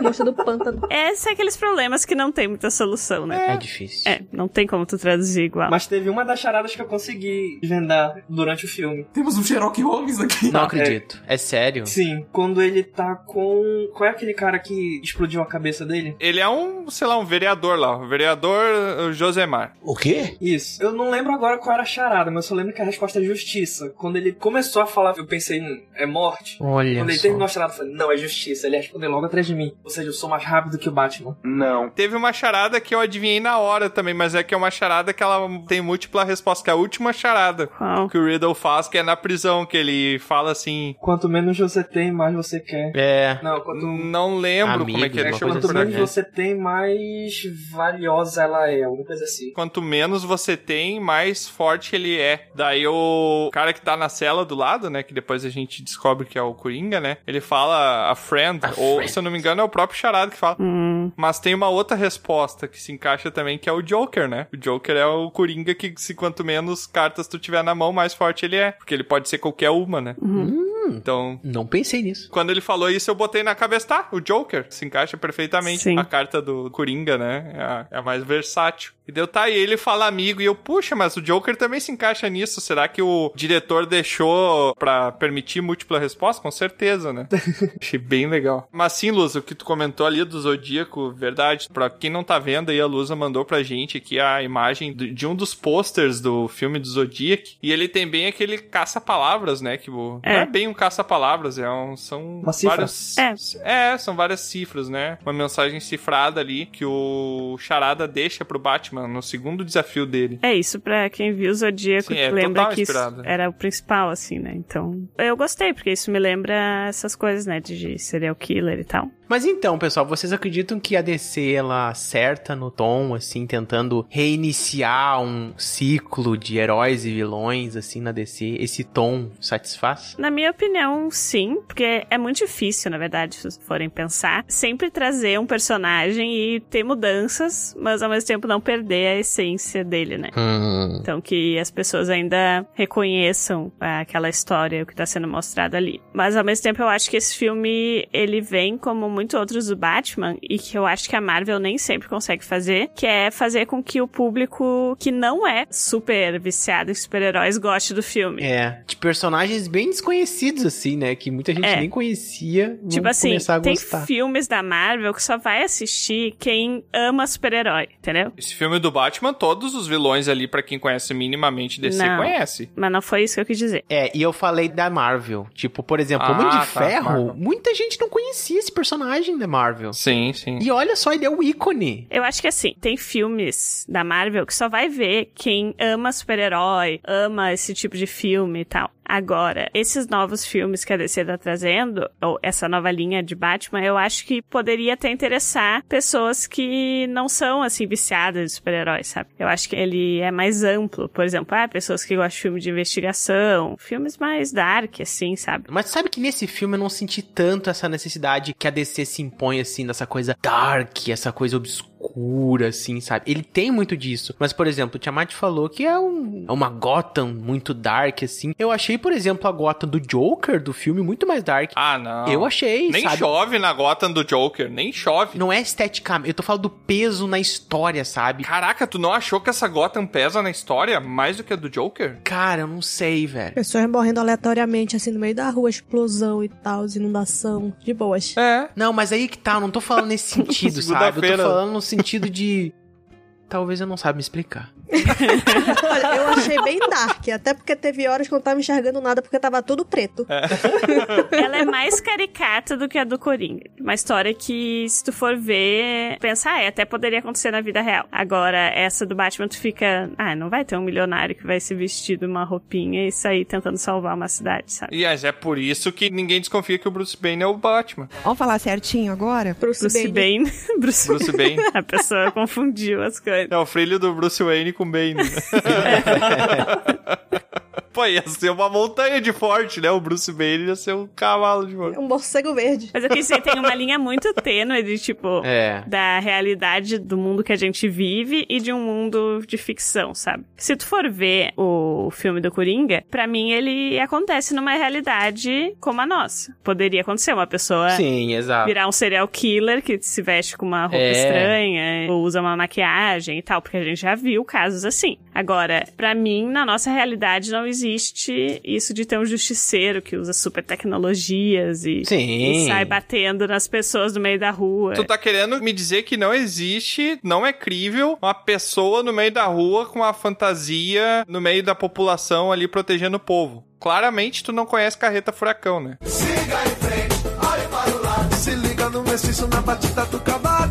I: Monstro do pântano.
G: Esse é aqueles problemas que não tem muita solução, né?
B: É difícil.
G: É, não tem como tu traduzir igual.
A: Mas teve uma das charadas que eu consegui desvendar durante o filme.
M: Temos um Sherlock Holmes aqui.
B: Não acredito. É sério?
A: Sim, quando ele tá com. Qual é aquele cara que explodiu a cabeça dele?
E: Ele é um, sei lá, um vereador lá, o vereador eh, Josemar.
K: O quê?
A: Isso. Eu não lembro agora qual era a charada, mas eu só lembro que a resposta é justiça. Quando ele começou a falar, eu pensei, hum, é morte?
B: Olha
A: Quando ele
B: só.
A: terminou a charada, eu falei, não, é justiça. Ele respondeu logo atrás de mim. Ou seja, eu sou mais rápido que o Batman.
E: Teve uma charada que eu adivinhei na hora também, mas é que é uma charada que ela tem múltipla resposta, que é a última charada
G: Qual?
E: que o Riddle faz, que é na prisão, que ele fala assim.
A: Quanto menos você tem, mais você quer.
B: É.
A: Não, quanto,
E: Não lembro como é
B: Amigos,
E: que é.
A: é,
B: uma
E: Deixa eu
A: quanto
B: coisa assim,
E: procurar
A: menos
E: aqui.
A: você
B: né?
A: tem, mais valiosa ela é. Alguma coisa assim.
E: Quanto menos você tem, mais forte ele é. É, daí o cara que tá na cela do lado, né? Que depois a gente descobre que é o Coringa, né? Ele fala a friend, ou se eu não me engano é o próprio Charado que fala. Mas tem uma outra resposta que se encaixa também, que é o Joker, né? O Joker é o Coringa que, se quanto menos cartas tu tiver na mão, mais forte ele é. Porque ele pode ser qualquer uma, né?
B: Hum.
E: Então.
B: Não pensei nisso.
E: Quando ele falou isso, eu botei na cabeça, tá? O Joker se encaixa perfeitamente.
B: Sim.
E: A carta do Coringa, né? É a, é a mais versátil. E deu, tá, e ele fala amigo, e eu, puxa, mas o Joker também se encaixa nisso. Será que o diretor deixou pra permitir múltipla resposta? Com certeza, né? Achei bem legal. Mas sim, Luz, o que tu comentou ali do Zodíaco, verdade. Pra quem não tá vendo aí, a Lusa mandou pra gente aqui a imagem do- de um dos posters do filme do Zodíaco. E ele tem bem aquele caça-palavras, né? Que o-
D: É.
E: não é bem um caça-palavras, é um, são
D: Uma cifra.
E: vários...
D: É.
E: É, são várias cifras, né? Uma mensagem cifrada ali que o Charada deixa pro Batman no segundo desafio dele.
G: É isso, pra quem viu o Zodíaco,
E: Sim, é
G: lembra
E: total
G: que isso
E: inspirado.
G: era o principal, assim, né? Então, eu gostei, porque isso me lembra essas coisas, né? De serial killer e tal.
B: Mas então, pessoal, vocês acreditam que a DC ela acerta no tom, assim, tentando reiniciar um ciclo de heróis e vilões, assim, na DC? Esse tom satisfaz?
G: Na minha opinião, sim, porque é muito difícil, na verdade, se vocês forem pensar, sempre trazer um personagem e ter mudanças, mas ao mesmo tempo não perder a essência dele, né? Então que as pessoas ainda reconheçam ah, aquela história, o que está sendo mostrado ali. Mas ao mesmo tempo eu acho que esse filme ele vem como muitos outros do Batman e que eu acho que a Marvel nem sempre consegue fazer, que é fazer com que o público que não é super viciado em super-heróis goste do filme.
B: É, de personagens bem desconhecidos, assim, né? Que muita gente
G: É.
B: nem conhecia. vão
G: Tipo assim,
B: começar a
G: tem
B: gostar.
G: filmes da Marvel que só vai assistir quem ama super-herói, entendeu?
E: Esse filme do Batman, todos os vilões ali, pra quem conhece minimamente DC,
G: Não.
E: conhece.
G: Mas não foi isso que eu quis dizer.
B: É, e eu falei da Marvel. Tipo, por exemplo, o
E: Ah,
B: Homem de
E: tá,
B: Ferro,
E: Marvel.
B: muita gente não conhecia esse personagem da Marvel.
E: Sim, sim.
B: E olha só, ele é o ícone.
G: Eu acho que assim, tem filmes da Marvel que só vai ver quem ama super-herói, ama esse tipo de filme e tal. Agora, esses novos filmes que a DC tá trazendo, ou essa nova linha de Batman, eu acho que poderia até interessar pessoas que não são, assim, viciadas de super-heróis, sabe? Eu acho que ele é mais amplo. Por exemplo, ah, pessoas que gostam de filme de investigação, filmes mais dark, assim, sabe?
B: Mas sabe que nesse filme eu não senti tanto essa necessidade que a DC se impõe, assim, dessa coisa dark, essa coisa obscura, assim, sabe? Ele tem muito disso. Mas, por exemplo, o Tiamat falou que é, um, é uma Gotham muito dark, assim. Eu achei, por exemplo, a Gotham do Joker do filme muito mais dark.
E: Ah, não.
B: Eu achei,
E: Nem
B: sabe?
E: chove na Gotham do Joker, nem chove.
B: Não é esteticamente, eu tô falando do peso na história, sabe?
E: Caraca, tu não achou que essa Gotham pesa na história mais do que a do Joker?
B: Cara, eu não sei, velho.
I: Pessoas morrendo aleatoriamente, assim, no meio da rua, explosão e tal, inundação, de boas.
E: É.
B: Não, mas aí que tá, eu não tô falando nesse sentido, sabe? Eu tô
I: Segunda-feira.
B: falando no sentido de. Talvez eu não saiba me explicar.
I: Olha, eu achei bem dark, até porque teve horas que eu não tava enxergando nada porque tava tudo preto.
G: Ela é mais caricata do que a do Coringa. Uma história que, se tu for ver, pensar, ah, é, até poderia acontecer na vida real. Agora, essa do Batman, tu fica, ah, não vai ter um milionário que vai se vestir de uma roupinha e sair tentando salvar uma cidade, sabe?
E: E mas é por isso que ninguém desconfia que o Bruce Bane é o Batman.
M: Vamos falar certinho agora?
G: Bruce Bane. Bruce,
E: Bruce Bane.
G: a pessoa confundiu as coisas.
E: É o filho do Bruce Wayne com Bane. né? Pô, ia ser uma montanha de forte, né? O Bruce Bane ia ser um cavalo de forte.
I: Um morcego verde.
G: Mas eu pensei, tem uma linha muito tênue de, tipo,
E: É.
G: da realidade do mundo que a gente vive e de um mundo de ficção, sabe? Se tu for ver o filme do Coringa, pra mim ele acontece numa realidade como a nossa. Poderia acontecer uma pessoa
B: Sim, exato.
G: virar um serial killer que se veste com uma roupa
B: É.
G: estranha ou usa uma maquiagem e tal, porque a gente já viu casos assim. Agora, pra mim, na nossa realidade não existe isso de ter um justiceiro que usa super tecnologias e,
E: Sim.
G: e sai batendo nas pessoas no meio da rua.
E: Tu tá querendo me dizer que não existe, não é crível, uma pessoa no meio da rua com uma fantasia no meio da população ali protegendo o povo. Claramente tu não conhece Carreta Furacão, né?
C: Se liga no mestiço na batida do cavaco.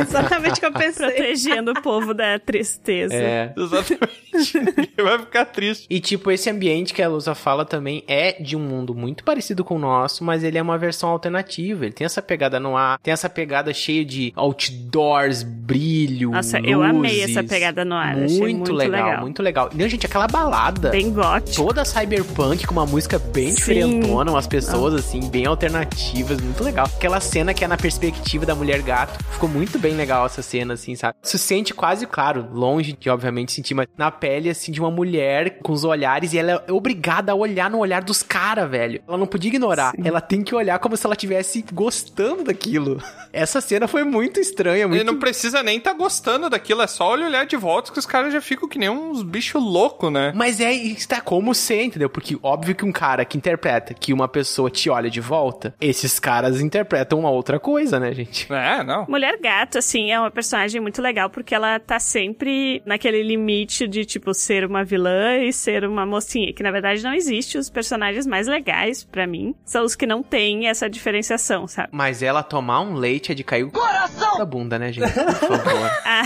G: Exatamente como eu pensei. Protegendo o povo da tristeza.
B: É.
E: Exatamente. vai ficar triste.
B: E, tipo, esse ambiente que a Lusa fala também é de um mundo muito parecido com o nosso, mas ele é uma versão alternativa. Ele tem essa pegada no ar, tem essa pegada cheia de outdoors, brilho.
G: Nossa, eu
B: luzes.
G: amei essa pegada no ar.
B: Muito,
G: achei muito
B: legal,
G: legal.
B: muito legal. Não, gente, aquela balada.
G: Bem gótico.
B: Toda cyberpunk, com uma música bem
G: Sim.
B: diferentona, umas pessoas assim, bem alternativas, muito legal. Aquela cena que é na perspectiva da mulher gato, ficou muito bem legal essa cena, assim, sabe? Se sente quase, claro, longe de, obviamente, sentir, mas na pele, assim, de uma mulher com os olhares, e ela é obrigada a olhar no olhar dos caras, velho. Ela não podia ignorar, ela tem que olhar como se ela estivesse gostando daquilo. Essa cena foi muito estranha, muito
E: Ele não precisa nem tá gostando daquilo, é só ele olhar de volta que os caras já ficam que nem uns bichos loucos, né?
B: Mas é está como ser, entendeu? Porque óbvio que um cara que interpreta que uma pessoa te olha de volta, esses caras interpretam uma outra coisa, né, gente?
E: É, não.
G: Mulher Gato, assim, é uma personagem muito legal porque ela tá sempre naquele limite de, tipo, ser uma vilã e ser uma mocinha, que na verdade não existe. Os personagens mais legais, pra mim, são os que não têm essa diferenciação, sabe?
B: Mas ela tomar um leite é de cair o coração da bunda, né, gente? Por favor. Ah,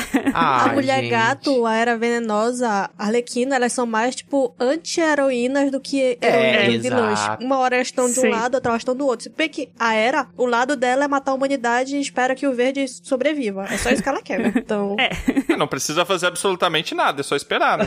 I: a Mulher
B: gente.
I: Gato, a Era Venenosa, a Arlequina, elas são mais, tipo, anti-heroínas do que
B: É,
I: heroínas e vilões.
B: exato.
I: Uma hora elas estão de
G: Sim.
I: um lado, outra hora elas estão do outro. Se bem que a Era, o lado dela é matar a humanidade e espera que o verde sobreviva. É só isso que ela quer, né? Então...
E: Não precisa fazer absolutamente nada, é só esperar, né?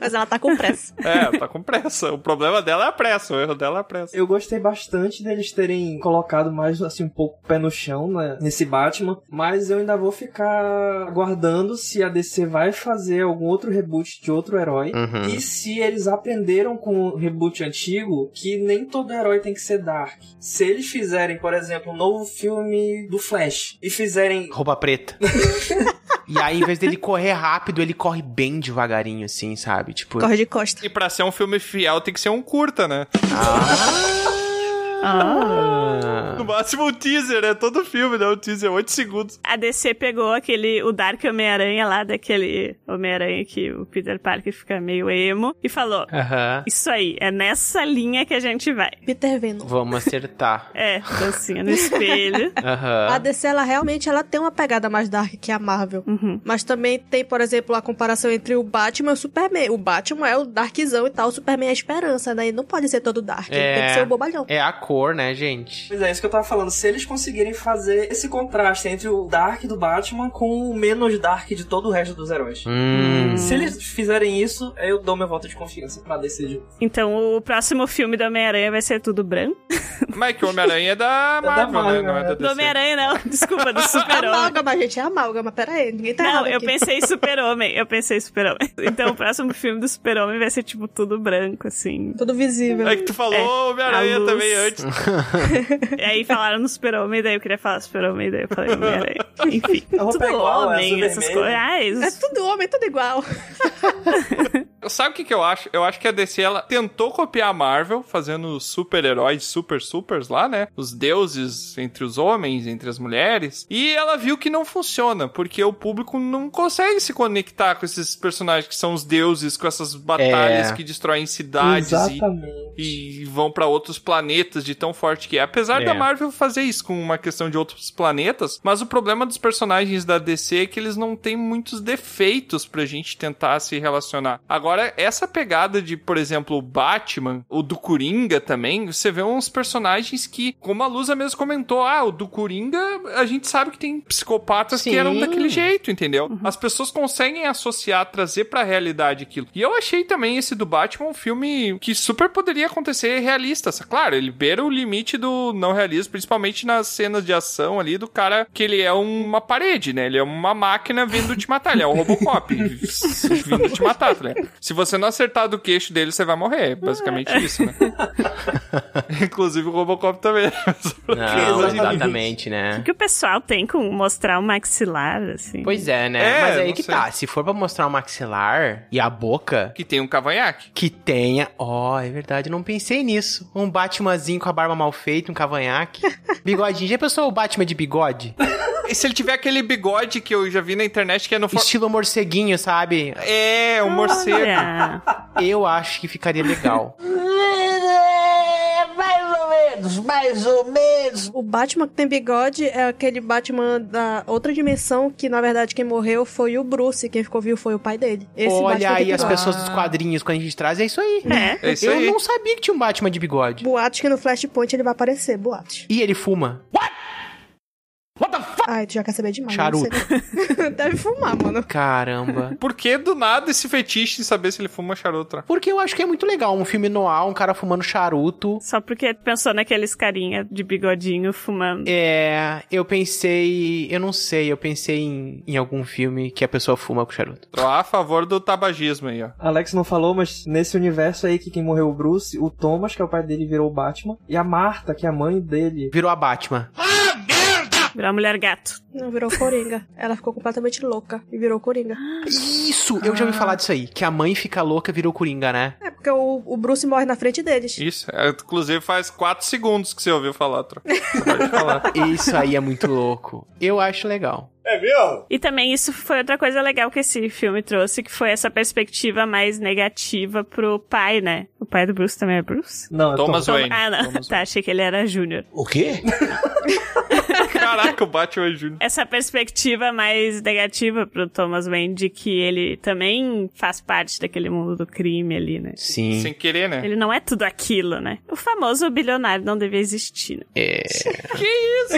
I: Mas ela tá com pressa.
E: É, tá com pressa. O problema dela é a pressa, o erro dela é a pressa.
A: Eu gostei bastante deles terem colocado mais assim um pouco o pé no chão né, nesse Batman, mas eu ainda vou ficar aguardando se a DC vai fazer algum outro reboot de outro herói
B: Uhum.
A: e se eles aprenderam com o reboot antigo que nem todo herói tem que ser dark. Se eles fizerem, por exemplo, um novo filme do Flash e fizerem
B: Roupa preta. e aí, em vez dele correr rápido, ele corre bem devagarinho, assim, sabe? Tipo.
I: Corre de costa.
E: E pra ser um filme fiel tem que ser um curta, né?
B: Ah.
E: No máximo um teaser, né? Todo filme, né? Um teaser, 8 segundos.
G: A DC pegou aquele, o Dark Homem-Aranha lá, daquele Homem-Aranha que o Peter Parker fica meio emo, e falou:
B: Aham.
G: Isso aí, é nessa linha que a gente vai.
I: Peter Venom.
B: Vamos acertar.
G: É, dancinha no espelho.
I: A
B: Aham.
I: DC, ela realmente ela tem uma pegada mais dark que a Marvel.
G: Uhum.
I: Mas também tem, por exemplo, a comparação entre o Batman e o Superman. O Batman é o darkzão e tal, o Superman é a esperança, né? E não pode ser todo dark,
B: É.
I: tem que ser o bobalhão.
B: É a cor, né, gente?
A: Pois é, isso que eu tava falando. Se eles conseguirem fazer esse contraste entre o Dark do Batman com o menos Dark de todo o resto dos heróis.
B: Hum.
A: Se eles fizerem isso, eu dou meu voto de confiança pra decidir.
G: Então o próximo filme do Homem-Aranha vai ser tudo branco.
E: Mas é que o Homem-Aranha é da Marvel,
A: Marvel,
E: né? Não é da
A: né?
G: Do
E: DC.
G: Homem-Aranha, não. Desculpa, do Super-Homem.
I: Amálgama, gente, é amálgama, pera aí, ninguém tá
G: Não,
I: errado
G: eu
I: aqui.
G: pensei em Super-Homem. Eu pensei em Super-Homem. Então o próximo filme do Super-Homem vai ser, tipo, tudo branco, assim.
I: Tudo visível.
E: É que tu falou
G: É, a
E: Homem-Aranha
G: luz.
E: também antes.
G: E aí falaram no Super-Homem, daí eu queria falar Super-Homem, daí eu falei Homem-Aranha. Enfim,
A: A roupa
G: tudo
A: é igual, é
G: homem,
A: azul
G: essas
A: vermelho.
G: coisas. Ah,
I: É
G: isso.
I: tudo homem, tudo igual.
E: Sabe o que, que eu acho? Eu acho que a DC ela tentou copiar a Marvel, fazendo os super-heróis, super-supers lá, né? Os deuses entre os homens, entre as mulheres. E ela viu que não funciona, porque o público não consegue se conectar com esses personagens que são os deuses, com essas batalhas
B: É.
E: que destroem cidades e,
A: Exatamente.
E: e vão pra outros planetas de tão forte que é. Apesar
B: É.
E: da Marvel fazer isso com uma questão de outros planetas, mas o problema dos personagens da DC é que eles não têm muitos defeitos pra gente tentar se relacionar. Agora, essa pegada de, por exemplo, o Batman, o do Coringa também, você vê uns personagens que, como a Lusa mesmo comentou, ah, o do Coringa, a gente sabe que tem psicopatas que
B: Sim.
E: eram daquele jeito, entendeu? As pessoas conseguem associar, trazer pra realidade aquilo. E eu achei também esse do Batman um filme que super poderia acontecer realista. sa- Claro, ele beira o limite do não realismo, principalmente nas cenas de ação ali do cara que ele é uma parede, né? Ele é uma máquina vindo te matar, ele é um Robocop vindo te matar, tá ligado? Se você não acertar do queixo dele, você vai morrer. É basicamente isso, né? Inclusive o Robocop também.
B: Não, exatamente, né?
G: O que o pessoal tem com mostrar o maxilar, assim?
B: Pois é, né?
E: É,
B: Mas aí
E: não
B: que
E: sei.
B: tá. Se for pra mostrar o maxilar e a boca,
E: que tem um cavanhaque.
B: que tenha. Ó, é verdade, eu não pensei nisso. Um Batmanzinho com a barba mal feita, um cavanhaque. Bigodinho. Já pensou o Batman de bigode?
E: E se ele tiver aquele bigode que eu já vi na internet que é no for...
B: Estilo morceguinho, sabe?
E: É, o
B: Ah,
E: morcego.
G: Olha.
B: Eu acho que ficaria legal.
C: Mais ou menos.
I: é menos, mais ou menos. O Batman que tem bigode é aquele Batman da outra dimensão que, na verdade, quem morreu foi o Bruce, quem ficou vivo foi o pai dele. Esse
B: Olha
I: Batman tem
B: aí as
I: bigode.
B: pessoas dos quadrinhos quando a gente traz, é isso aí.
I: É. É isso
B: Eu
I: aí.
B: não sabia que tinha um Batman de bigode.
I: Boatos que no Flashpoint ele vai aparecer, boatos.
B: E ele fuma.
I: Ai, tu já quer saber demais.
B: Charuto.
I: não sei. Deve fumar, mano.
B: Caramba.
E: Por que do nada esse fetiche de saber se ele fuma charuto? né?
B: Porque eu acho que é muito legal um filme no ar, um cara fumando charuto.
G: Só porque pensou naqueles carinha de bigodinho fumando.
B: É, eu pensei, eu não sei, eu pensei em, em algum filme que a pessoa fuma com charuto.
E: Tô a favor do tabagismo aí, ó.
A: Alex não falou, mas nesse universo aí que quem morreu é o Bruce, o Thomas, que é o pai dele, virou o Batman, e a Marta, que é a mãe dele.
B: Virou a Batman.
G: Virou a mulher gato.
I: Não, virou Coringa. Ela ficou completamente louca e virou Coringa.
B: Isso, eu já ouvi falar disso aí, que a mãe fica louca virou coringa, né?
I: É porque o, o Bruce morre na frente deles.
E: Isso. É, Inclusive faz 4 segundos que você ouviu falar, Tro.
B: Isso aí é muito louco. Eu acho legal.
G: É, viu? E também isso foi outra coisa legal que esse filme trouxe, que foi essa perspectiva mais negativa pro pai, né? O pai do Bruce também é Bruce?
A: Não,
E: é Thomas Tom- Wayne.
G: Ah, não. tá, achei que ele era Júnior.
E: O quê? Caraca, o Batman Júnior.
G: Essa perspectiva mais negativa pro Thomas Wayne de que ele também faz parte daquele mundo do crime ali, né?
B: Sim.
E: Sem querer, né?
G: Ele não é tudo aquilo, né? O famoso bilionário não devia existir, né?
B: É.
E: Que isso,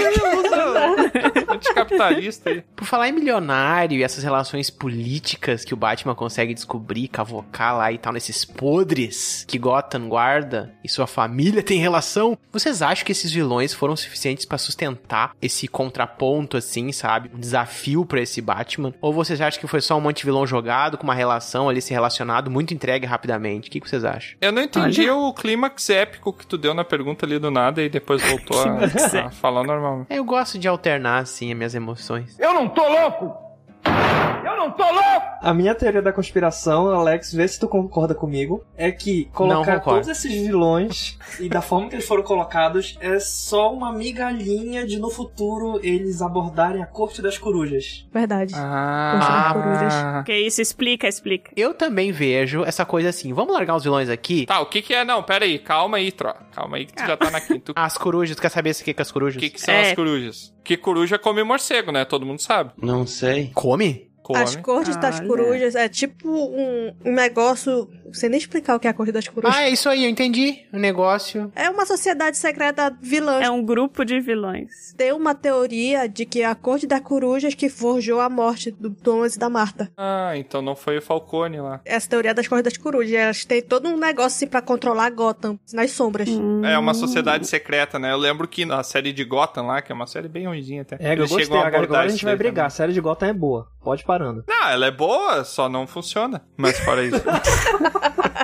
E: meu Anticapitalista aí.
B: Por falar em milionário e essas relações políticas que o Batman consegue descobrir, cavocar lá e tal, nesses podres que Gotham guarda e sua família tem relação, vocês acham que esses vilões foram suficientes pra sustentar esse contraponto, assim, sabe? Um desafio pra esse Batman? Ou vocês acham que foi só um monte de vilão jogado, com uma relação ali se relacionado, muito entregue rapidamente? O que que vocês acham?
E: Eu não entendi o clímax épico que tu deu na pergunta ali do nada e depois voltou
B: Clímax
E: a, a
B: épico.
E: falar normal.
B: É, Eu gosto de alternar, assim, as minhas emoções.
L: Eu não tô louco! Eu não tô louco!
A: A minha teoria da conspiração, Alex, vê se tu concorda comigo, é que colocar
B: concordo.
A: todos esses vilões e da forma que eles foram colocados é só uma migalhinha de no futuro eles abordarem a corte das corujas.
I: Verdade.
B: Ah.
G: Que isso, explica, explica.
B: Eu também vejo essa coisa assim, vamos largar os vilões aqui?
E: Tá, o que que é? Não, pera aí, calma aí, Tro. Calma aí que tu já tá na quinta.
B: As corujas, tu quer saber o que que é as corujas? O
E: que, que são as corujas? Que coruja come morcego, né? Todo mundo sabe.
B: Não sei. Come?
E: Come.
I: As cortes das corujas é tipo um, um negócio. Não sei nem explicar o que é a corte das corujas.
B: Ah, é isso aí, eu entendi. O negócio.
I: É uma sociedade secreta vilã.
G: É um grupo de vilões.
I: Tem uma teoria de que é a corte das corujas que forjou a morte do Thomas e da Marta.
E: Ah, então não foi o Falcone lá.
I: Essa teoria é das cortes das corujas. Elas têm todo um negócio assim pra controlar Gotham nas sombras.
E: É uma sociedade secreta, né? Eu lembro que na série de Gotham lá, que é uma série bem ruimzinha até.
A: É, eu
E: eles
A: gostei.
E: chegam a
A: Agora,
E: abordar
A: a
E: isso
A: gente vai
E: daí
A: brigar. A série de Gotham é boa. Pode ir parando.
E: também. Não, ela é boa, só não funciona. Mas fora isso.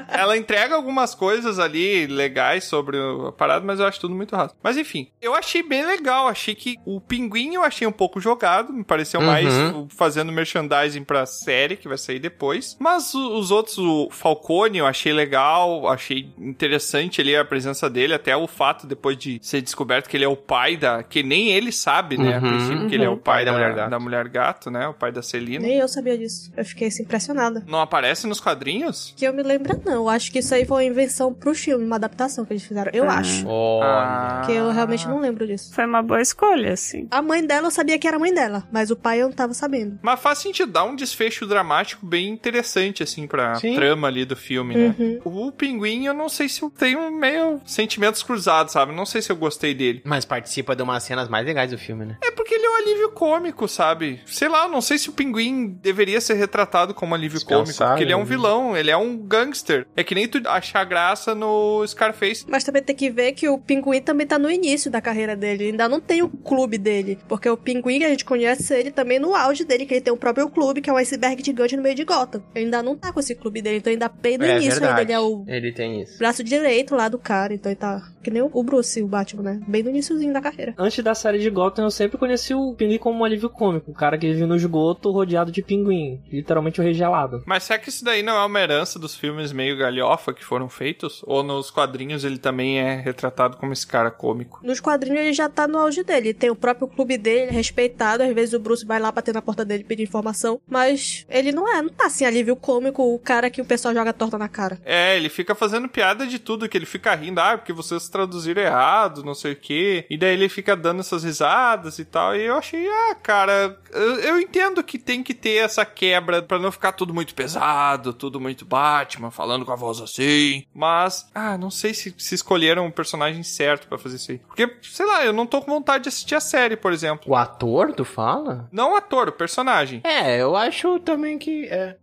E: ela entrega algumas coisas ali legais sobre o- a parada, mas eu acho tudo muito raso. Mas enfim, eu achei bem legal. Achei que o pinguim eu achei um pouco jogado. Me pareceu
B: Uhum.
E: mais o- fazendo merchandising pra série que vai sair depois. Mas o- os outros, o Falcone eu achei legal. Achei interessante ali a presença dele. Até o fato depois de ser descoberto que ele é o pai da. Que nem ele sabe, né? A
B: Uhum.
E: princípio, que ele é o
B: Uhum.
E: pai
B: Pai da
E: da,
B: mulher gato.
E: da mulher gato, né? O pai da Celina.
I: Nem eu sabia disso. Eu fiquei assim, impressionada.
E: Não aparece nos quadrinhos?
I: Que eu me lembro, não. Eu acho que isso aí foi uma invenção pro filme, uma adaptação que eles fizeram. Eu acho.
B: Ah.
E: Olha.
I: Porque eu realmente não lembro disso.
G: Foi uma boa escolha, assim.
I: A mãe dela eu sabia que era a mãe dela, mas o pai eu não tava sabendo.
E: Mas faz sentido, dá um desfecho dramático bem interessante, assim, pra
I: Sim.
E: trama ali do filme, né?
I: Uhum.
E: O Pinguim, eu não sei se eu tenho meio sentimentos cruzados, sabe? Não sei se eu gostei dele.
B: Mas participa de umas cenas mais legais do filme, né?
E: É porque ele é um alívio cômico, sabe? Sei lá, eu não sei se o Pinguim deveria ser retratado como alívio cômico,
B: Descansar,
E: porque ele é um
B: né?
E: vilão, ele é um gangster. É que nem tu achar graça no Scarface.
I: Mas também tem que ver que o Pinguim também tá no início da carreira dele. Ainda não tem o clube dele. Porque o Pinguim, que a gente conhece ele também no auge dele, que ele tem o próprio clube, que é um iceberg gigante no meio de Gotham. Ele ainda não tá com esse clube dele, então ainda bem no início ainda. Ele é o
B: Ele tem isso.
I: braço direito lá do cara, então ele tá que nem o Bruce, o Batman, né? Bem no iníciozinho da carreira.
A: Antes da série de Gotham, eu sempre conheci o Pinguim como um alívio cômico. O cara que vive no esgoto rodeado de pinguim. Literalmente o rei gelado.
E: Mas será que isso daí não é uma herança dos filmes meio galhofa que foram feitos? Ou nos quadrinhos ele também é retratado como esse cara cômico?
I: Nos quadrinhos ele já tá no auge dele. Tem o próprio clube dele, ele é respeitado. Às vezes o Bruce vai lá bater na porta dele pedir informação. Mas ele não é, não tá assim, alívio cômico, o cara que o pessoal joga torta na cara.
E: É, ele fica fazendo piada de tudo, que ele fica rindo, ah, porque vocês traduziram errado, não sei o quê. E daí ele fica dando essas risadas e tal. E eu achei, ah, cara, eu, eu entendo que tem que ter essa quebra pra não ficar tudo muito pesado, tudo muito Batman, falando com a voz assim. Mas, ah, não sei se, se escolheram o personagem certo pra fazer isso aí. Porque, sei lá, eu não tô com vontade de assistir a série, por exemplo.
B: O ator, tu fala?
E: Não o ator, o personagem.
B: É, eu acho também que é.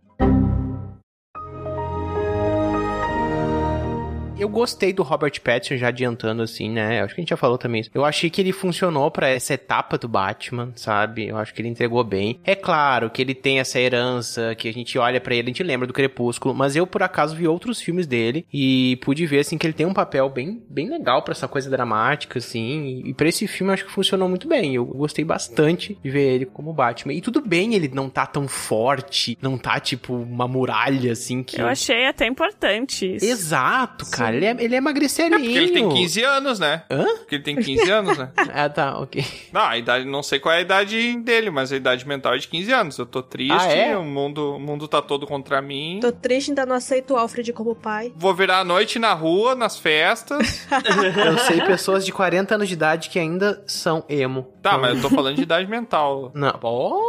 B: Eu gostei do Robert Pattinson, já adiantando assim, né? Acho que a gente já falou também isso. Eu achei que ele funcionou pra essa etapa do Batman, sabe? Eu acho que ele entregou bem. É claro que ele tem essa herança, que a gente olha pra ele, a gente lembra do Crepúsculo, mas eu por acaso vi outros filmes dele e pude ver assim que ele tem um papel bem, bem legal pra essa coisa dramática assim. E pra esse filme eu acho que funcionou muito bem. Eu gostei bastante de ver ele como Batman. E tudo bem ele não tá tão forte, não tá tipo uma muralha assim que
G: Eu achei até importante isso.
B: Exato, cara. Ele é, ele é magricerinho.
E: Porque ele tem 15 anos, né?
B: Hã?
E: Porque ele tem 15 anos, né?
B: Ah, tá, ok.
E: Não, a idade, não sei qual é a idade dele, mas a idade mental é de 15 anos. Eu tô triste,
B: Ah, é?
E: o, mundo, o mundo tá todo contra mim.
I: Tô triste, ainda não aceito o Alfred como pai.
E: Vou virar à noite na rua, nas festas.
B: Eu sei pessoas de 40 anos de idade que ainda são emo.
E: Tá, mas eu tô falando de idade mental.
B: Não.
G: Olha.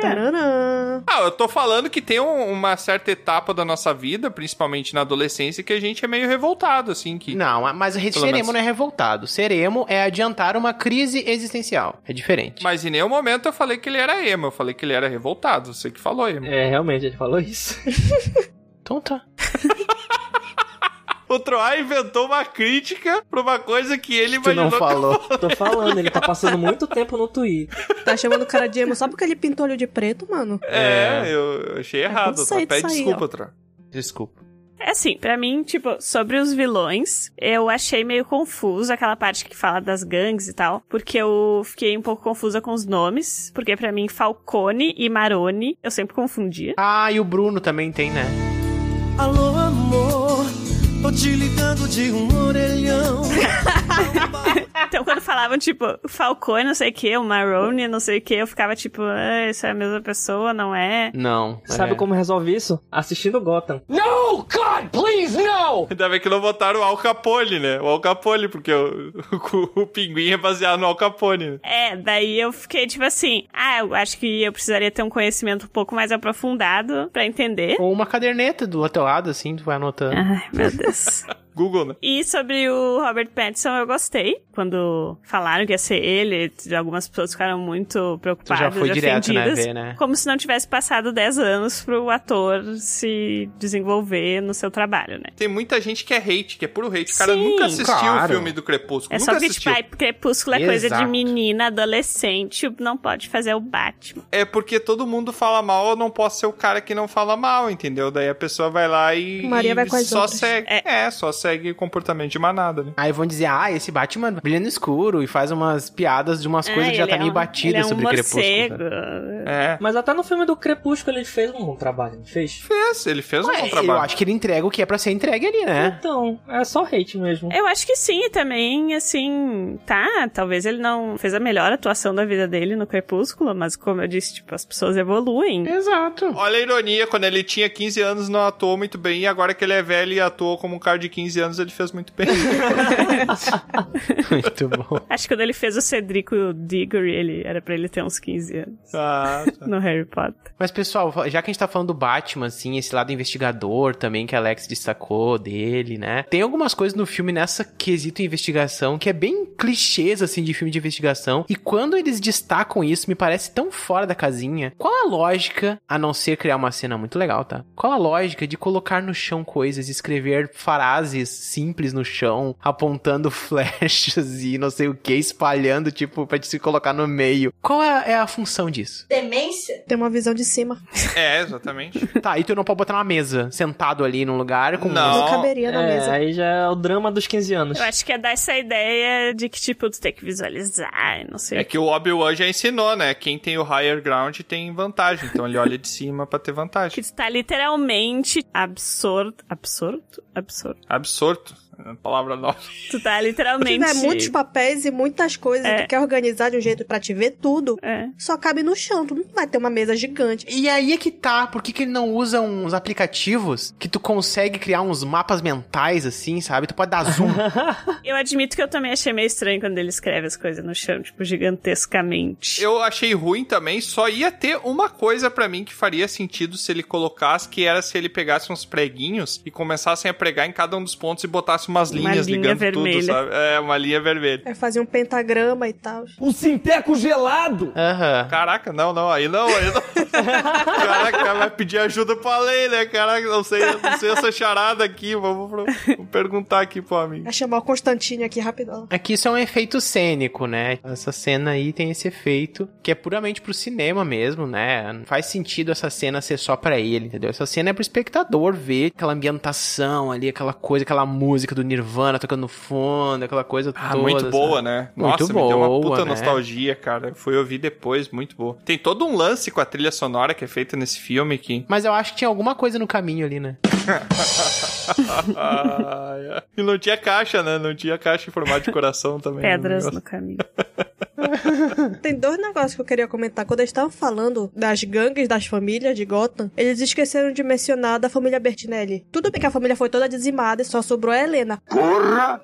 I: Tararã.
E: Ah, eu tô falando que tem um- uma certa etapa da nossa vida, principalmente na adolescência, que a gente é meio revoltado, assim, que...
B: Não, mas re-
E: Pelo
B: ser
E: menos.
B: emo não é revoltado. Ser emo é adiantar uma crise existencial. É diferente.
E: Mas em nenhum momento eu falei que ele era emo, eu falei que ele era revoltado, você que falou emo.
A: É, realmente, ele falou isso.
B: Então tá.
E: O Troá inventou uma crítica pra uma coisa que ele
A: Tu não
E: imaginou que eu
A: falou. Tô falando, ele tá passando muito tempo no Twitter.
I: Tá chamando o cara de emo só porque ele pintou olho de preto, mano.
E: É, eu achei errado. tá?
I: conceito
E: Pede
I: isso aí,
E: desculpa,
I: ó.
E: Tro.
B: Desculpa.
G: É assim, pra mim, tipo, sobre os vilões, eu achei meio confuso aquela parte que fala das gangues e tal, porque eu fiquei um pouco confusa com os nomes, porque pra mim Falcone e Maroni eu sempre confundia.
B: Ah, e o Bruno também tem, né?
C: Alô, amor, tô te ligando de um orelhão.
G: então quando falavam, tipo, Falcone não sei o que, o Maroni não sei o que, eu ficava tipo, ah, isso é a mesma pessoa, não é?
B: Não.
A: Sabe
B: é.
A: como resolve isso? Assistindo Gotham.
C: No, God, please, no!
E: Ainda bem que não botaram o Al Capone, né? O Al Capone, porque o, o pinguim é baseado no Al Capone. né?
G: É, daí eu fiquei tipo assim, ah, eu acho que eu precisaria ter um conhecimento um pouco mais aprofundado pra entender.
B: Ou uma caderneta do outro lado, assim, tu vai anotando.
G: Ai, meu Deus.
E: Google, né?
G: E sobre o Robert Pattinson, eu gostei. Quando falaram que ia ser ele, algumas pessoas ficaram muito
B: Tu
G: preocupadas,
B: já foi direto, né,
G: ofendidas.
B: ver, né?
G: Como se não tivesse passado 10 anos pro ator se desenvolver no seu trabalho, né?
E: Tem muita gente que é hate, que é puro hate. O cara
G: Sim,
E: nunca assistiu o
B: claro.
E: filme do Crepúsculo.
G: É
E: nunca
G: só que, tipo,
E: assistiu.
G: ai, Crepúsculo é coisa de
B: Exato.
G: menina, adolescente, não pode fazer o Batman.
E: É porque todo mundo fala mal, eu não posso ser o cara que não fala mal, entendeu? Daí a pessoa vai lá e,
I: Maria
E: e
I: vai com as
E: só
I: outras.
E: segue. É. só segue o comportamento de manada, né?
B: Aí vão dizer, ah, esse Batman brilha no escuro e faz umas piadas de umas coisas
G: Ah,
B: que já
G: ele
B: tá
G: é
B: meio
G: um-
B: batidas
G: ele é um
B: sobre Crepúsculo. né?
G: morcego.
B: sabe?
E: É.
A: Mas até no filme do Crepúsculo ele fez um bom trabalho, não fez?
E: Fez, ele fez um
B: Ué,
E: bom
B: eu
E: trabalho.
B: acho que ele entrega o que é pra ser entregue ali, né?
A: Então, é só hate mesmo.
G: Eu acho que sim, e também, assim, tá, talvez ele não fez a melhor atuação da vida dele no Crepúsculo, mas como eu disse, tipo, as pessoas evoluem.
B: Exato.
E: Olha a ironia, quando ele tinha 15 anos não atuou muito bem, e agora que ele é velho e atua como um cara de 15 anos, ele fez muito bem.
B: Muito bom.
G: Acho que quando ele fez o Cedrico Diggory, ele era pra ele ter uns 15 anos
E: ah, tá.
G: no Harry Potter.
B: Mas, pessoal, já que a gente tá falando do Batman, assim, esse lado investigador também que a Alex destacou dele, né? Tem algumas coisas no filme nessa quesito investigação que é bem clichês, assim, de filme de investigação. E quando eles destacam isso, me parece tão fora da casinha. Qual a lógica, a não ser criar uma cena muito legal, tá? Qual a lógica de colocar no chão coisas, escrever frases lugares simples no chão, apontando flechas e não sei o que, espalhando, tipo, pra te se colocar no meio. Qual é, é a função disso?
I: Demência? Tem uma visão de cima.
E: É, exatamente.
B: Tá, e tu não pode botar numa mesa, sentado ali num lugar com um-
E: Não.
B: música.
I: caberia na
A: é,
I: mesa.
A: Aí já é o drama dos 15 anos.
G: Eu acho que é dar essa ideia de que, tipo, tu tem que visualizar e não sei
E: É que o Obi-Wan já ensinou, né? Quem tem o higher ground tem vantagem. Então ele olha de cima pra ter vantagem.
G: Que tu tá literalmente absorto. Absorto? Absorto.
E: Absorto. é uma Palavra nova.
G: Tu tá literalmente.
I: Tiver muitos papéis e muitas coisas, e tu quer organizar de um jeito pra te ver tudo,
G: É.
I: só cabe no chão, tu não vai ter uma mesa gigante.
B: E aí é que tá, por que, que ele não usa uns aplicativos que tu consegue criar uns mapas mentais assim, sabe? Tu pode dar zoom.
G: Eu admito que eu também achei meio estranho quando ele escreve as coisas no chão, tipo, gigantescamente.
E: Eu achei ruim também, só ia ter uma coisa pra mim que faria sentido se ele colocasse, que era se ele pegasse uns preguinhos e começassem a pregar em cada um dos pontos e botasse umas
I: Uma
E: linhas
I: linha
E: ligando
I: vermelha.
E: tudo, sabe? É, uma linha vermelha.
I: É fazer um pentagrama e tal.
E: Um sinteco gelado! Caraca, não, não, aí não, aí não. Caraca, vai pedir ajuda pra lei, né? Caraca, não sei, não sei essa charada aqui, vamos, pro- vamos perguntar aqui pro amigo.
I: Vai chamar o Constantino aqui rapidão.
B: É que isso é um efeito cênico, né? Essa cena aí tem esse efeito que é puramente pro cinema mesmo, né? Não faz sentido essa cena ser só pra ele, entendeu? Essa cena é pro espectador ver aquela ambientação ali, aquela coisa, aquela música do Nirvana tocando no fundo, aquela coisa
E: Ah,
B: toda,
E: muito
B: sabe?
E: boa, né?
B: Muito
E: Nossa,
B: boa,
E: me deu uma puta
B: né?
E: nostalgia, cara. Eu Fui ouvir depois, muito boa. Tem todo um lance com a trilha sonora que é feita nesse filme que.
B: Mas eu acho que tinha alguma coisa no caminho ali, né?
E: Ah, é. e não tinha caixa, né? Não tinha caixa em formato de coração também.
G: Pedras
E: Negócio.
G: no caminho.
I: Tem dois negócios que eu queria comentar. Quando eles estavam falando das gangues, das famílias de Gotham, eles esqueceram de mencionar da família Bertinelli. Tudo bem que a família foi toda dizimada e só sobrou a Helena.
L: Porra!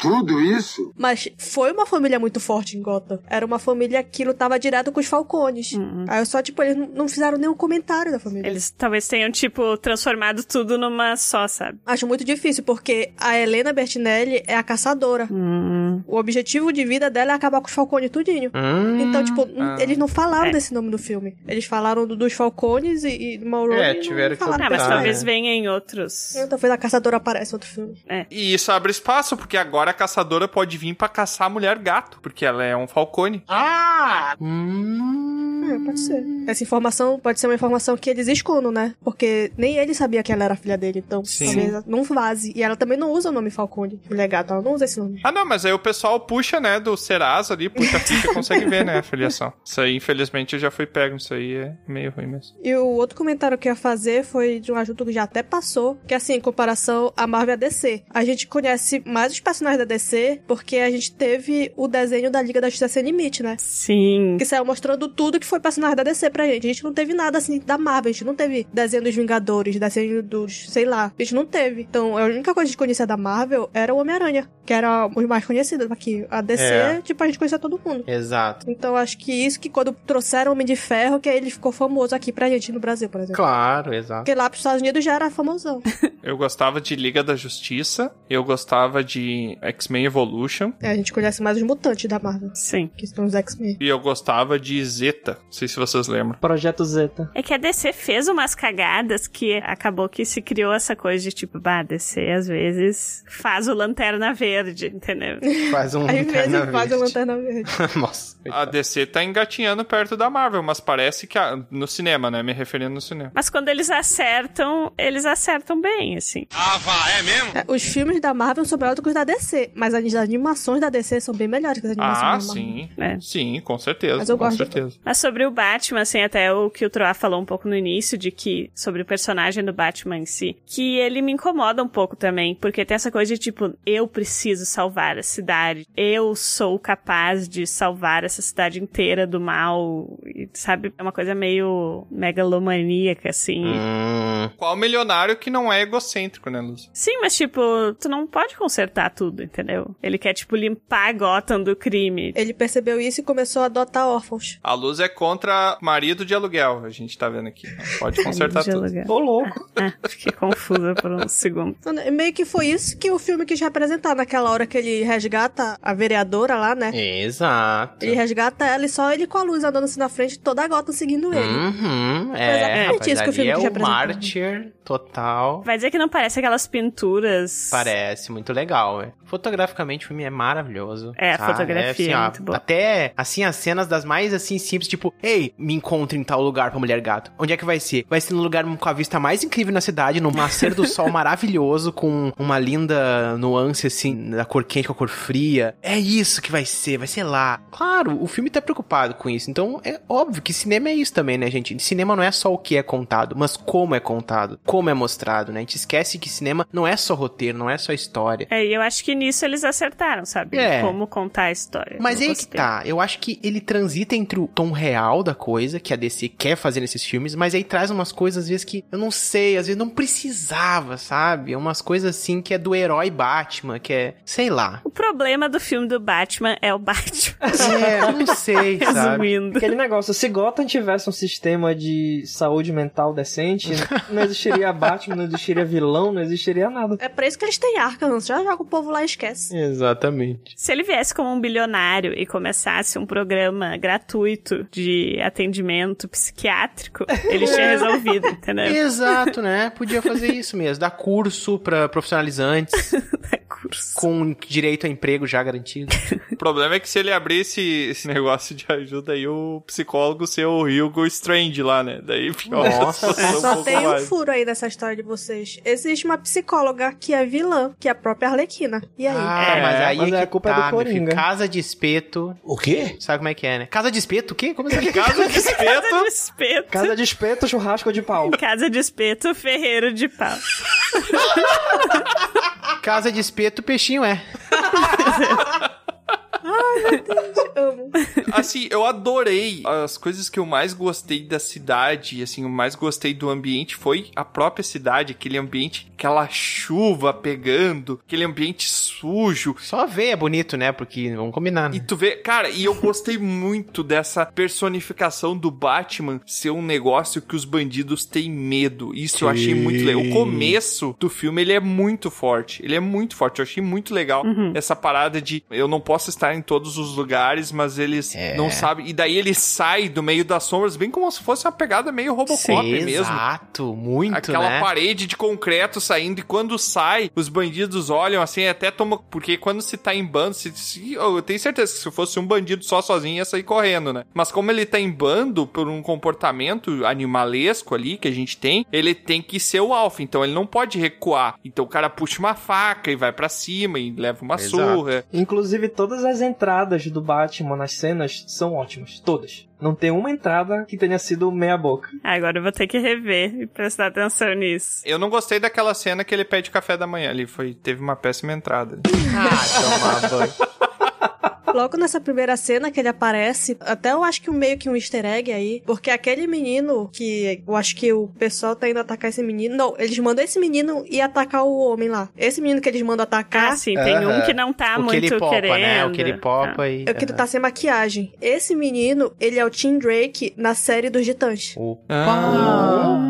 L: Tudo isso?
I: Mas foi uma família muito forte em Gotham. Era uma família que lutava direto com os falcones. Aí eu só, tipo, eles não- não fizeram nenhum comentário da família.
G: Eles talvez tenham, tipo, transformado tudo numa só, sabe?
I: Acho muito difícil, porque a Helena Bertinelli é a caçadora.
G: Uhum.
I: O objetivo de vida dela é acabar com os falcones tudinho.
B: Hum.
I: Então, tipo, n-
B: Ah.
I: eles não falaram
E: é.
I: desse nome do filme. Eles falaram do- dos falcones e, e do Mauro.
E: É,
I: e não
E: tiveram que
I: falaram
E: Ah,
G: Mas
I: dessa
E: Tá,
G: talvez
E: é.
G: venha em outros.
I: Então foi da caçadora aparece outro filme.
E: E isso abre espaço, porque agora a caçadora pode vir pra caçar a mulher gato, porque ela é um falcone.
B: Ah!
I: É, pode ser. Essa informação pode ser uma informação que eles escondam, né? Porque nem ele sabia que ela era a filha dele, então
E: Sim.
I: talvez não vaze. E ela também não usa o nome Falcone, mulher gata, ela não usa esse nome.
E: Ah, não, mas aí o pessoal puxa, né, do Serasa ali, puxa a ficha e consegue ver, né, a filiação. Isso aí, infelizmente, eu já fui pego, isso aí é meio ruim mesmo.
I: E o outro comentário que eu ia fazer foi de um assunto que já até passou, que assim, em comparação a Marvel e a DC. A gente conhece mais os personagens da DC porque a gente teve o desenho da Liga da Justiça Sem Limite, né?
G: Sim.
I: Que saiu mostrando tudo que foi personagem da DC pra gente. A gente não teve nada assim da Marvel, a gente não teve desenho dos Vingadores, desenho dos, sei lá, a gente não teve. Então, a única coisa que a gente conhecia da Marvel era o Homem-Aranha, que era os mais conhecidos aqui. A DC,
B: É.
I: tipo, a gente conhecia todo mundo.
B: Exato.
I: Então acho que isso que quando trouxeram o Homem de Ferro, que aí ele ficou famoso aqui pra gente no Brasil, por exemplo.
B: Claro, exato.
I: Porque lá pros Estados Unidos já era famosão.
E: Eu gostava de Liga da Justiça, eu gostava de X-Men Evolution,
I: É, a gente conhece mais os mutantes da Marvel.
G: Sim.
I: Que são os X-Men.
E: E eu gostava de Zeta. Não sei se vocês lembram.
A: Projeto Zeta.
G: É que a DC fez umas cagadas que acabou que se criou essa coisa de tipo, bah, a DC às vezes faz o lanterna verde, entendeu?
B: Faz um
I: Às
B: lanterna
I: vezes faz
B: verde.
I: a lanterna verde.
B: Nossa.
E: A DC tá engatinhando perto da Marvel, mas parece que a- no cinema, né? Me referindo no cinema.
G: Mas quando eles acertam, eles acertam bem, assim.
E: Ah, vá, é mesmo?
I: É, Os filmes da Marvel são melhores do que os da DC, mas as animações da DC são bem melhores que as animações
E: Ah,
I: da Marvel.
E: sim.
G: É.
E: Sim, com certeza.
I: Mas eu
E: com
I: gosto de
E: certeza.
G: Mas sobre o Batman, assim, até o que o Troá falou um pouco no início, de que, sobre o personagem do Batman em si, que ele me incomoda um pouco também, porque tem essa coisa de tipo, eu preciso salvar a cidade, eu sou capaz de salvar essa cidade inteira do mal, e, sabe? É uma coisa meio megalomaníaca, assim.
E: Hum. Qual milionário que não é egocêntrico, né, Luz?
G: Sim, mas tipo, tu não pode consertar tudo, entendeu? Ele quer, tipo, limpar a Gotham do crime.
I: Ele percebeu isso e começou a adotar órfãos.
E: A Luz é contra marido de aluguel, a gente tá vendo aqui. Pode consertar
G: de
E: tudo.
G: aluguel.
A: Ô, louco.
G: Ah, fiquei confusa por um segundo.
I: Então, né, Meio que foi isso que o filme quis representar naquela hora que ele resgata a vereadora lá, né?
B: Exato.
I: Ele resgata ela e só
E: Hum.
I: ele com a luz andando assim na frente, toda a gota seguindo ele.
B: Uhum,
I: Foi
B: é,
I: exatamente
B: rapaz,
I: isso que
B: ali
I: o filme
B: é
I: quis
B: o
I: representar.
B: Marte Witcher total.
G: Vai dizer que não parece aquelas pinturas.
B: Parece muito legal, é. Fotograficamente o filme é maravilhoso.
G: É, a
B: sabe?
G: fotografia é
B: assim, ó,
G: muito boa.
B: Até, assim, as cenas das mais, assim, simples, tipo, ei, me encontre em tal lugar pra Mulher Gato. Onde é que vai ser? Vai ser no lugar com a vista mais incrível na cidade, num nascer do sol maravilhoso, com uma linda nuance, assim, da cor quente com a cor fria. É isso que vai ser, vai ser lá. Claro, o filme tá preocupado com isso. Então, é óbvio que cinema é isso também, né, gente? Cinema não é só o que é contado, mas como é contado, como é mostrado, né? A gente esquece que cinema não é só roteiro, não é só história.
G: É, e eu acho que nisso eles acertaram, sabe?
B: É.
G: Como contar a
A: É,
G: história.
B: Mas
G: Eu
B: aí que
G: gostei.
B: tá. Eu acho que ele transita entre o tom real da coisa, que a DC quer fazer nesses filmes, mas aí traz umas coisas, às vezes, que eu não sei, às vezes não precisava, sabe? Umas coisas assim que é do herói Batman, que é, sei lá.
G: O problema do filme do Batman é o Batman.
B: É, não sei, sabe?
A: Aquele negócio, se Gotham tivesse um sistema de saúde mental decente, não existiria Batman, não existiria vilão, não existiria nada.
I: É pra isso que eles têm Arkham, já joga o povo lá e esquece.
B: Exatamente.
G: Se ele viesse como um bilionário e começasse um programa gratuito de atendimento psiquiátrico, ele tinha
B: É.
G: resolvido,
A: É.
G: entendeu?
B: Exato, né? Podia fazer isso mesmo. Dar curso pra profissionalizantes. Com direito a emprego já garantido.
E: O problema é que se ele abrir esse, esse negócio de ajuda aí, o psicólogo ser o Hugo Strange lá, né? Daí pior.
B: Nossa.
I: Só tem um furo aí nessa história de vocês. Existe uma psicóloga que é vilã, que é a própria Arlequina. E aí?
B: Ah,
A: É,
B: mas aí
A: mas
B: é
A: a
B: que
A: culpa é
B: tá,
A: do
B: meu filho.
A: Coringa.
B: Casa de espeto.
K: O quê?
B: Sabe como é que é, né? Casa de espeto? O quê? Como assim?
E: Casa de
G: Casa
E: espeto.
G: de espeto.
A: Casa de espeto, churrasco de pau.
G: Casa de espeto, ferreiro de pau.
B: é? Casa de espeto, peixinho é.
E: Assim, eu adorei. As coisas que eu mais gostei da cidade, assim, eu mais gostei do ambiente foi a própria cidade, aquele ambiente, aquela chuva pegando, aquele ambiente sujo.
B: Só ver é bonito, né? Porque vamos combinar. né?
E: E tu vê, cara, e eu gostei muito dessa personificação do Batman ser um negócio que os bandidos têm medo. Isso eu achei muito legal. O começo do filme, ele é muito forte. Ele é muito forte. Eu achei muito legal
B: Uhum.
E: essa parada de eu não posso estar em todos os lugares, mas eles
B: É.
E: não sabem. E daí ele sai do meio das sombras, bem como se fosse uma pegada meio
B: Tipo
E: Robocop
B: Sim,
E: mesmo.
B: Exato, muito,
E: Aquela
B: né?
E: parede de concreto saindo, e quando sai, os bandidos olham assim, até toma. Porque quando se tá em bando, se, se- eu tenho certeza que se fosse um bandido só sozinho ia sair correndo, né? Mas como ele tá em bando por um comportamento animalesco ali que a gente tem, ele tem que ser o alfa, então ele não pode recuar. Então o cara puxa uma faca e vai pra cima e leva uma
B: Exato.
E: surra.
A: Inclusive, todas as entradas do Batman nas cenas são ótimas. Todas. Não tem uma entrada que tenha sido meia boca.
G: Agora eu vou ter que rever e prestar atenção nisso.
E: Eu não gostei daquela cena que ele pede o café da manhã ali, foi teve uma péssima entrada.
B: Ah, tomar banho.
I: Logo nessa primeira cena que ele aparece, até eu acho que um meio que um easter egg aí, porque aquele menino que eu acho que o pessoal tá indo atacar esse menino. Não, eles mandam esse menino ir atacar o homem lá. Esse menino que eles mandam atacar.
G: Ah, sim, tem
B: Aham.
G: um que não tá
B: o
G: muito
B: que ele popa,
G: querendo. Ah,
B: né? O que ele popa e.
I: É o que tu tá sem maquiagem. Esse menino, ele é o Tim Drake na série dos Titãs.
B: Opa!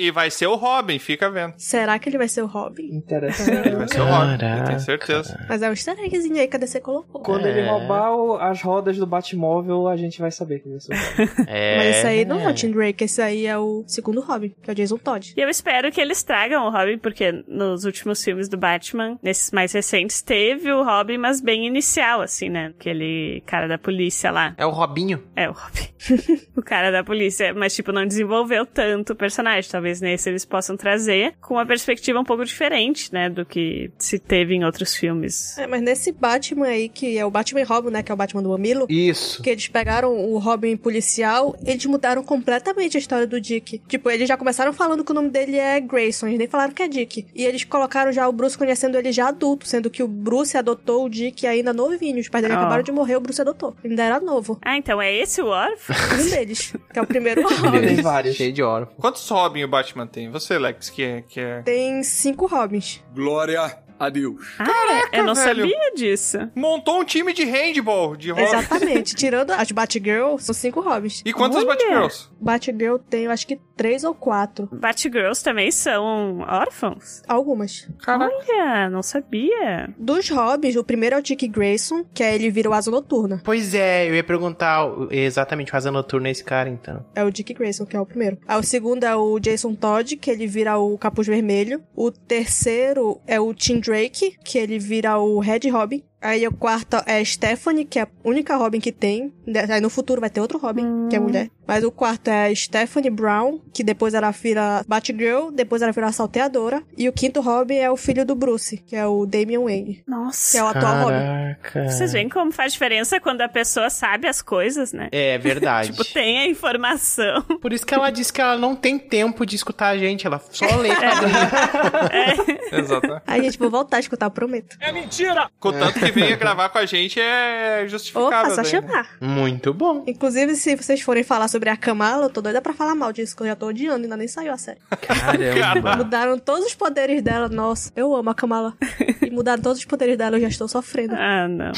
E: E vai ser o Robin, fica vendo.
I: Será que ele vai ser o Robin?
A: Interessante.
E: Ele vai ser o Robin, eu
B: Caraca.
E: tenho
G: Ah.
E: certeza.
I: Mas é um easter eggzinho aí que a DC colocou.
A: Quando ele
B: É.
A: roubar o- as rodas do Batmóvel, a gente vai saber que vai ser o Batman.
B: É.
I: Mas esse aí
G: né?
I: não é o Tim Drake, esse aí é o segundo Robin, que é o Jason Todd.
G: E eu espero que eles tragam o Robin, porque nos últimos filmes do Batman, nesses mais recentes, teve o Robin, mas bem inicial, assim, né? Aquele cara da polícia lá.
B: É o Robinho.
G: É, o Robin. o cara da polícia. Mas, tipo, não desenvolveu tanto o personagem. Talvez nesse eles possam trazer com uma perspectiva um pouco diferente, né? Do que se teve em outros filmes.
I: É, mas nesse Batman aí, que é o Batman e Robin, né? Que é o Batman do Mamilo.
B: Isso.
I: Que eles pegaram o Robin policial, eles mudaram completamente a história do Dick. Tipo, eles já começaram falando que o nome dele é Grayson, eles nem falaram que é Dick. E eles colocaram já o Bruce conhecendo ele já adulto, sendo que o Bruce adotou o Dick ainda novinho. Os pais dele
G: Ah.
I: acabaram de morrer, o Bruce adotou. Ainda era novo.
G: Ah, então é esse o órfão?
I: Um deles, que é o primeiro
A: Tem
I: Robin.
A: vários.
B: Cheio de órfão.
E: Quantos Robin o Batman tem? Você, Lex, que é. Que é...
I: Tem cinco Robins.
L: Glória a Deus.
G: Ah, eu não
E: velho.
G: sabia disso.
E: Montou um time de handball, de Robin.
I: Exatamente. Tirando as Batgirl, são cinco Robins.
E: E quantas
G: Olha!
E: Batgirls?
I: Batgirl tem, eu acho que três ou quatro.
G: Batgirls também são órfãos?
I: Algumas.
G: Olha, não sabia.
I: Dos Robins, o primeiro é o Dick Grayson, que é ele vira o Asa Noturna.
B: Pois é, eu ia perguntar o- exatamente o Asa Noturna é esse cara, então.
I: É o Dick Grayson, que é o primeiro. Aí o segundo é o Jason Todd, que ele vira o Capuz Vermelho. O terceiro é o Tim Drake, que ele vira o Red Robin. Aí o quarto é a Stephanie, que é a única Robin que tem. De- Aí no futuro vai ter outro Robin, que é mulher. Mas o quarto é a Stephanie Brown, que depois ela vira Batgirl, depois ela vira assalteadora. E o quinto Robin é o filho do Bruce, que é o Damian Wayne.
G: Nossa.
I: Que é o atual Robin.
B: Caraca.
G: tá Vocês veem como faz diferença quando a pessoa sabe as coisas, né?
B: É verdade.
G: tipo, tem a informação.
B: Por isso que ela disse que ela não tem tempo de escutar a gente, ela só lê
G: É.
B: quadrinho.
E: Exato.
I: Aí, gente, vou voltar a escutar, eu prometo.
E: É mentira! Contanto que venha gravar com a gente é justificável.
I: Opa, só
E: daí, né?
I: chamar.
B: Muito bom.
I: Inclusive, se vocês forem falar sobre a Kamala, eu tô doida pra falar mal disso, que eu já tô odiando, ainda nem saiu a série.
B: Caramba.
I: Mudaram todos os poderes dela, nossa, eu amo a Kamala. E mudaram todos os poderes dela, eu já estou sofrendo.
G: Ah, não.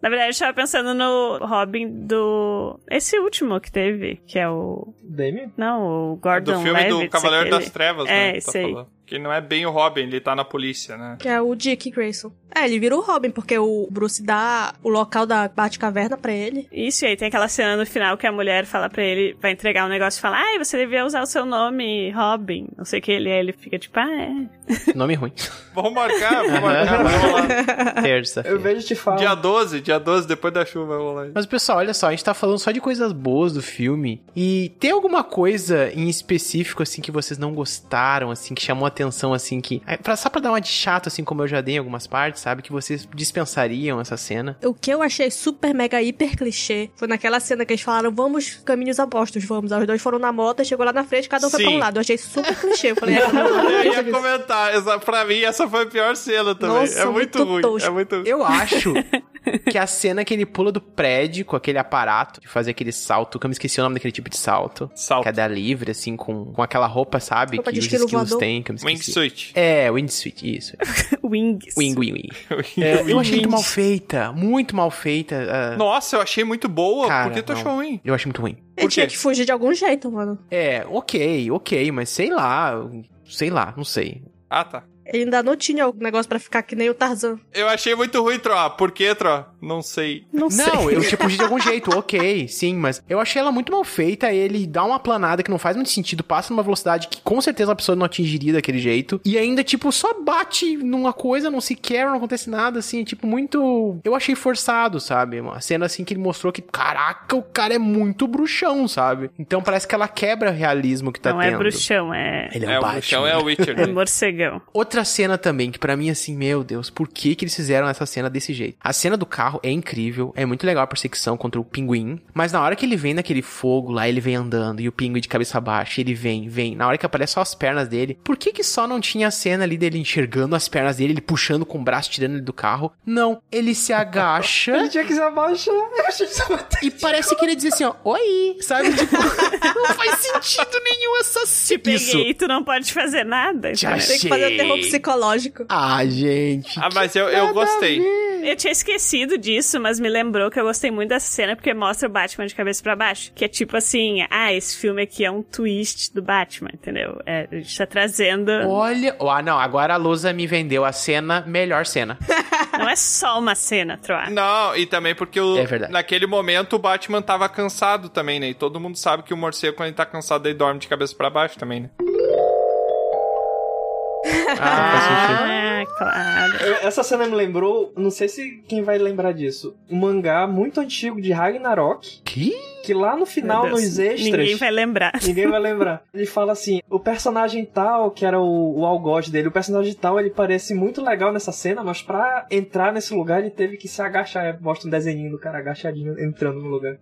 G: Na verdade, eu tava pensando no Robin do. Esse último que teve, que é o.
A: Damien?
G: Não, o Gordon
E: Do filme do
G: Levitt,
E: Cavaleiro
G: né, aquele.
E: das Trevas,
G: é,
E: né? que
G: esse aí.
E: falando. Que não é bem o Robin, ele tá na polícia, né?
I: Que é o Dick Grayson. É, ele vira o Robin, porque o Bruce dá o local da Batcaverna pra ele.
G: Isso, e aí tem aquela cena no final que a mulher fala pra ele, vai entregar um negócio e fala, ai, você devia usar o seu nome, Robin. Não sei o que ele é, ele fica tipo, ah, é.
B: Nome ruim.
E: Vamos marcar, vamos marcar, vai rolar.
B: Terça.
A: Eu vejo te falar.
E: Dia 12, dia 12, depois da chuva, vai rolar. isso.
B: Mas pessoal, olha só, a gente tá falando só de coisas boas do filme. E tem alguma coisa em específico, assim, que vocês não gostaram, assim, que chamou atenção, assim, que. é, pra- Só pra dar uma de chato, assim, como eu já dei em algumas partes, sabe? Que vocês dispensariam essa cena.
I: O que eu achei super, mega, hiper clichê foi naquela cena que eles falaram, vamos caminhos opostos, vamos. Aí Os dois foram na moto, chegou lá na frente, cada um foi
E: Sim.
I: pra um lado. Eu achei super clichê. Eu falei, "Ah, não,
E: Eu ia comentar, essa, pra mim essa foi a pior cena também.
I: Nossa,
E: é muito,
I: muito
E: ruim.
I: tosco.
E: É muito ruim.
B: Eu acho que a cena que ele pula do prédio com aquele aparato de fazer aquele salto, que eu me esqueci o nome daquele tipo de salto.
E: Salto.
B: Que é da livre, assim, com, com aquela roupa, sabe?
I: Roupa
B: que
I: de
B: os
I: esquilo
B: esquilos
I: voador.
B: têm, que eu me esqueci.
E: Wingsuit.
B: É, windsuit, isso.
G: Wings.
B: Wing, wing, wing. É, eu achei muito mal feita, muito mal feita. ah,
E: Nossa, eu achei muito boa.
B: Cara,
E: Por que tu
B: não.
E: achou ruim?
B: Eu achei muito ruim.
I: Ele tinha
E: quê?
I: que fugir de algum jeito, mano.
B: É, ok, ok, mas sei lá, sei lá, não sei.
E: Ah, tá.
I: Ele ainda não tinha o negócio pra ficar que nem o Tarzan.
E: Eu achei muito ruim, Tro. Ah, Por que, Tro? Não sei.
G: Não, sei.
B: Não, eu tipo de algum jeito, ok, sim, mas eu achei ela muito mal feita, ele dá uma planada que não faz muito sentido, passa numa velocidade que com certeza a pessoa não atingiria daquele jeito, e ainda, tipo, só bate numa coisa, não se quer, não acontece nada, assim, é, tipo, muito... Eu achei forçado, sabe? Uma cena, assim, que ele mostrou que, caraca, o cara é muito bruxão, sabe? Então parece que ela quebra o realismo que tá
G: Não
B: tendo.
G: é bruxão, é.
B: Ele é,
E: É,
B: o
E: o
B: Batman.
E: Bruxão é o Witcher.
G: É
E: né?
G: morcegão.
B: Outra cena também, que pra mim, assim, meu Deus, por que que eles fizeram essa cena desse jeito? A cena do carro é incrível, é muito legal a perseguição contra o pinguim, mas na hora que ele vem naquele fogo lá, ele vem andando, e o pinguim de cabeça baixa, ele vem, vem, na hora que aparece só as pernas dele, por que que só não tinha a cena ali dele enxergando as pernas dele, ele puxando com o braço, tirando ele do carro? Não, ele se agacha
A: Ele tinha que se abaixar. Eu achei isso
B: e parece que ele diz assim, ó, oi, sabe? Tipo, não faz sentido nenhum essa cena. Isso.
G: Peguei, tu não pode fazer nada.
B: Te
G: entendeu?
B: achei.
I: Tem que fazer um terror psicológico.
B: Ah, gente.
E: Ah, mas eu, eu gostei.
G: Eu tinha esquecido disso, mas me lembrou que eu gostei muito dessa cena porque mostra o Batman de cabeça pra baixo. Que é tipo assim, ah, esse filme aqui é um twist do Batman, entendeu? É, a gente tá trazendo.
B: Olha. Ah, não. Agora a Lusa me vendeu a cena, melhor cena.
G: Não é só uma cena, Troá.
E: Não, e também porque o-
B: É verdade.
E: naquele momento o Batman tava cansado também, né? E todo mundo sabe que o morcego, quando ele tá cansado, ele dorme de cabeça pra baixo também, né?
B: Ah,
G: Ah, claro.
A: Eu- Essa cena me lembrou, não sei se quem vai lembrar disso, um mangá muito antigo de Ragnarok,
B: que?
A: que lá no
G: Meu
A: final,
G: Deus,
A: nos extras,
G: Ninguém vai lembrar.
A: ninguém vai lembrar. Ele fala assim, o personagem tal, que era o, o algoz dele, o personagem tal, ele parece muito legal nessa cena, mas pra entrar nesse lugar ele teve que se agachar. Mostra um desenhinho do cara agachadinho entrando no lugar.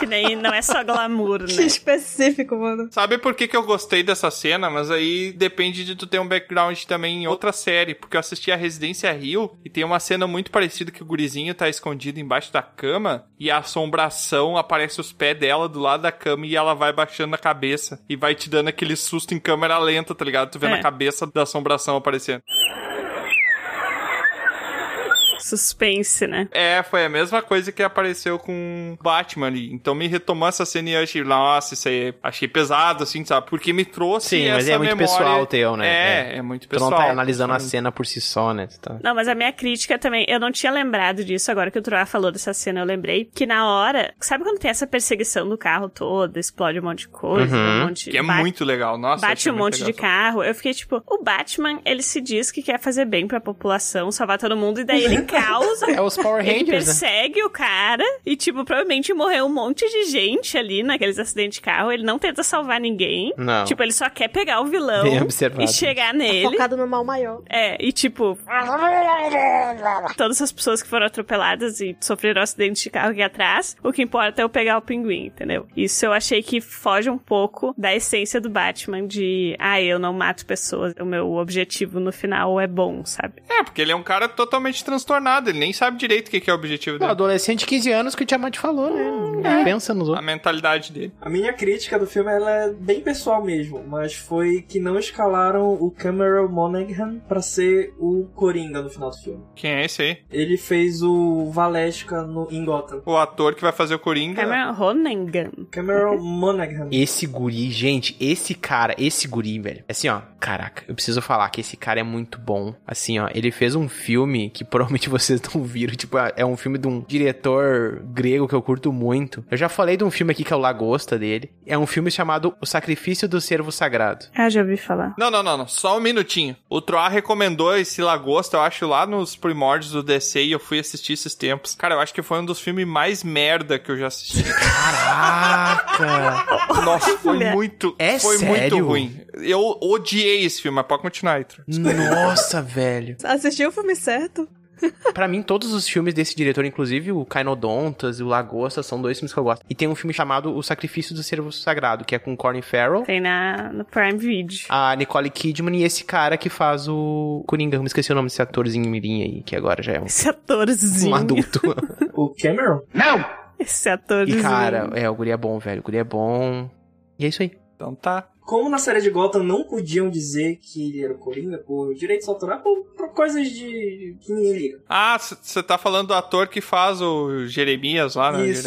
G: Que nem não é só glamour,
I: Que
G: né?
I: específico, mano.
E: Sabe por que, que eu gostei dessa cena? Mas aí depende de tu ter um background também em outra série. Porque eu assisti a Residência Rio e tem uma cena muito parecida que o gurizinho tá escondido embaixo da cama e a assombração aparece os pés dela do lado da cama e ela vai baixando a cabeça e vai te dando aquele susto em câmera lenta, tá ligado? Tu vendo
G: É.
E: a cabeça da assombração aparecendo.
G: Suspense, né?
E: É, foi a mesma coisa que apareceu com Batman ali. Então me retomou essa cena e eu achei, nossa, isso aí é, achei pesado, assim, sabe? Porque me trouxe.
B: Sim, mas
E: essa
B: é muito
E: memória-
B: pessoal teu, né?
E: É, é, muito
B: Tu
E: pessoal.
B: não tá analisando a
E: Sim.
B: cena por si só, né? Tu tá-
G: Não, mas a minha crítica também, eu não tinha lembrado disso, agora que o Troá falou dessa cena, eu lembrei que na hora, sabe quando tem essa perseguição do carro todo, explode um monte de coisa, um monte
E: que é
G: bate-
E: muito legal, nossa.
G: bate um monte de carro. Eu fiquei tipo, o Batman, ele se diz que quer fazer bem pra população, salvar todo mundo, e daí ele causa.
B: É os Power
G: Ele
B: Rangers, né?
G: persegue o cara e, tipo, provavelmente morreu um monte de gente ali naqueles acidentes de carro. Ele não tenta salvar ninguém.
B: Não.
G: Tipo, ele só quer pegar o vilão
B: Bem observado.
G: e chegar nele.
I: Focado no mal maior.
G: É, e tipo. Todas as pessoas que foram atropeladas e sofreram acidente de carro aqui atrás, o que importa é eu pegar o pinguim, entendeu? Isso eu achei que foge um pouco da essência do Batman de, ah, eu não mato pessoas, o meu objetivo no final é bom, sabe?
E: É, porque ele é um cara totalmente transtornado, ele nem sabe direito o que que é o objetivo
B: Não,
E: dele.
B: adolescente de 15 anos que o Tiamat falou, né? Não Pensa nos
E: A
B: outros.
E: mentalidade dele.
A: A minha crítica do filme ela é bem pessoal mesmo, mas foi que não escalaram o Cameron Monaghan pra ser o Coringa no final do filme.
E: Quem é esse aí?
A: Ele fez o Valesca no, em Gotham.
E: O ator que vai fazer o Coringa.
G: Cameron Honengan.
A: Cameron Monaghan.
B: Esse guri, gente, esse cara, esse guri, velho. Assim, ó, caraca, eu preciso falar que esse cara é muito bom. Assim, ó, ele fez um filme que provavelmente vocês não viram. Tipo, é é um filme de um diretor grego que eu curto muito. Eu já falei de um filme aqui que é o Lagosta dele. É um filme chamado O Sacrifício do Servo Sagrado.
G: Ah, já ouvi falar.
E: Não, não, não, não. Só um minutinho. O Troá recomendou esse Lagosta, eu acho, lá nos primórdios do DC e eu fui assistir esses tempos. Cara, eu acho que foi um dos filmes mais merda que eu já assisti.
B: Caraca!
E: Nossa, foi
B: Olha,
E: muito.
B: é
E: foi muito
B: sério?
E: ruim. Eu odiei esse filme, mas pode continuar, Itro.
B: Nossa, velho.
I: Assistiu o filme certo?
B: Pra mim, todos os filmes desse diretor, inclusive o Cainodontas e o Lagosta, são dois filmes que eu gosto. E tem um filme chamado O Sacrifício do Servo Sagrado, que é com Colin Farrell,
G: Tem na, no Prime Video.
B: a Nicole Kidman e esse cara que faz o Coringa. Eu me esqueci o nome desse atorzinho mirim aí, que agora já é um,
G: Esse atorzinho.
B: um adulto.
A: o Cameron?
B: Não!
G: Esse atorzinho.
B: E cara, é, o guri é bom, velho. O guri é bom. E é isso aí.
E: Então tá.
A: Como na série de Gotham não podiam dizer que ele era o Coringa por direitos autorais, por, por coisas de que ninguém liga.
E: Ah, você tá falando do ator que faz o Jeremias lá, né?
A: Isso.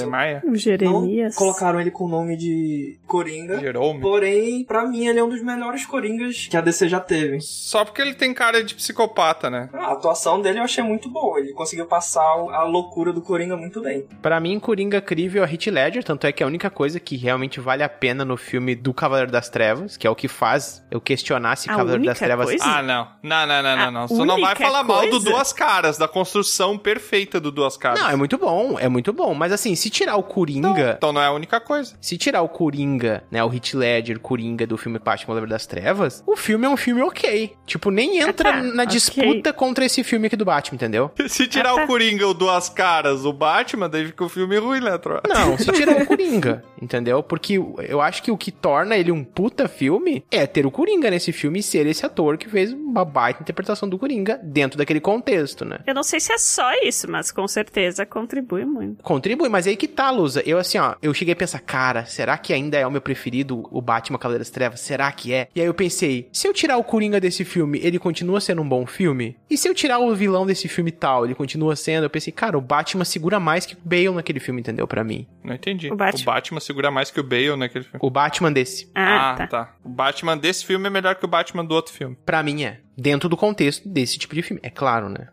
E: Jeremiah.
A: Não colocaram ele com o nome de Coringa.
E: Jerome.
A: Porém, pra mim, ele é um dos melhores Coringas que a DC já teve.
E: Só porque ele tem cara de psicopata, né?
A: A atuação dele eu achei muito boa. Ele conseguiu passar o- a loucura do Coringa muito bem.
B: Pra mim, Coringa crível é o Heath Ledger, tanto é que a única coisa que realmente vale a pena no filme do Cavaleiro das Trevas, que é o que faz eu questionar se
E: A
B: Cavaleiro das
E: única
B: Trevas...
E: coisa? Ah, não. Não, não, não, não, não. Você não vai
B: é. única
E: falar mal do
B: coisa?
E: Duas Caras, da construção perfeita do Duas Caras.
B: Não, é muito bom, é muito bom. Mas assim, se tirar o Coringa. Então,
E: não é a única coisa.
B: Se tirar o Coringa, né? O Hit Ledger, Coringa do filme Batman Cavaleiro das Trevas, o filme é um filme ok. Tipo, nem entra
E: tá,
B: na
E: ok.
B: disputa contra esse filme aqui do Batman, entendeu?
E: Se tirar
G: Ah, tá.
E: o Coringa, o Duas Caras, o Batman, daí fica o filme ruim, né, Tro?
B: Não, se tirar o Coringa, entendeu? Porque eu acho que o que torna ele um puta filme é ter o Coringa nesse filme e ser esse ator que fez uma baita interpretação do Coringa dentro daquele contexto, né?
G: Eu não sei se é só isso, mas com certeza contribui muito.
B: Contribui, mas aí que tá, Lusa. Eu assim, ó, eu cheguei a pensar, cara, será que ainda é o meu preferido, o Batman Cavaleiro das Trevas? Será que é? E aí eu pensei, se eu tirar o Coringa desse filme, ele continua sendo um bom filme? E se eu tirar o vilão desse filme tal, ele continua sendo? Eu pensei, cara, o Batman segura mais que o Bale naquele filme, entendeu? Pra mim.
E: Não entendi.
B: O
E: O
B: Batman.
E: Batman. segura mais que o Bale naquele filme.
B: O Batman desse.
E: Ah, tá. O Batman desse filme é melhor que o Batman do outro filme.
B: Pra mim é. Dentro do contexto desse tipo de filme, é claro, né?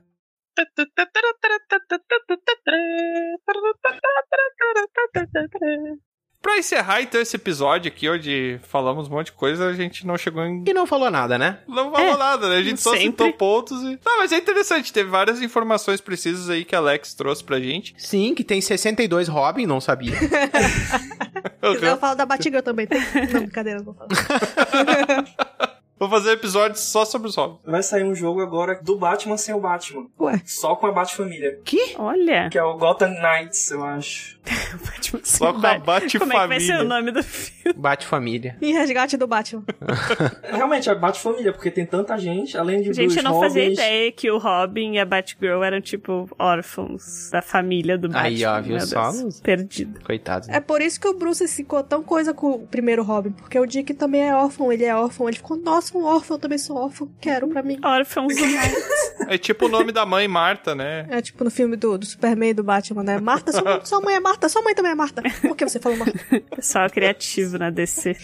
E: Pra encerrar, então, esse episódio aqui, onde falamos um monte de coisa, a gente não chegou em...
B: E não falou nada, né?
E: Não falou
B: É,
E: nada, né? A gente só
B: sempre.
E: citou pontos e... Não, mas é interessante, teve várias informações precisas aí que a Alex trouxe pra gente.
B: Sim, que tem 62 Robin, não sabia.
I: Eu falo da Batiga também. tá? Não, brincadeira, não vou falar.
E: Vou fazer episódios só sobre os Robins.
A: Vai sair um jogo agora do Batman sem o Batman.
I: Ué?
A: Só com a Bat-Família.
B: Que?
G: Olha.
A: Que é o Gotham Knights, eu acho.
E: Só com a Bat-Família.
G: Como é que Tipo vai ser o nome do filme?
B: Bate família.
I: E resgate do Batman.
A: Realmente, é Bat-Família, porque tem tanta gente, além de
G: Gente,
A: dos
G: eu não fazia
A: Robins.
G: ideia que o Robin e a Batgirl eram, tipo, órfãos da família do Batman.
B: Aí, ó, viu
G: Meu
B: só?
G: Deus, Perdido.
B: Coitado.
I: É por isso que o Bruce se ficou tão coisa com o primeiro Robin, porque o Dick também é órfão, ele é órfão. Ele ficou, nossa, um órfão, eu também sou órfão, quero pra mim.
G: Órfãos do
E: É tipo o nome da mãe, Marta, né?
I: É tipo no filme do, do Superman e do Batman, né? Marta, sua, sua mãe é Marta, sua mãe também é Marta. Por que você falou Marta?
G: Pessoal criativo na DC.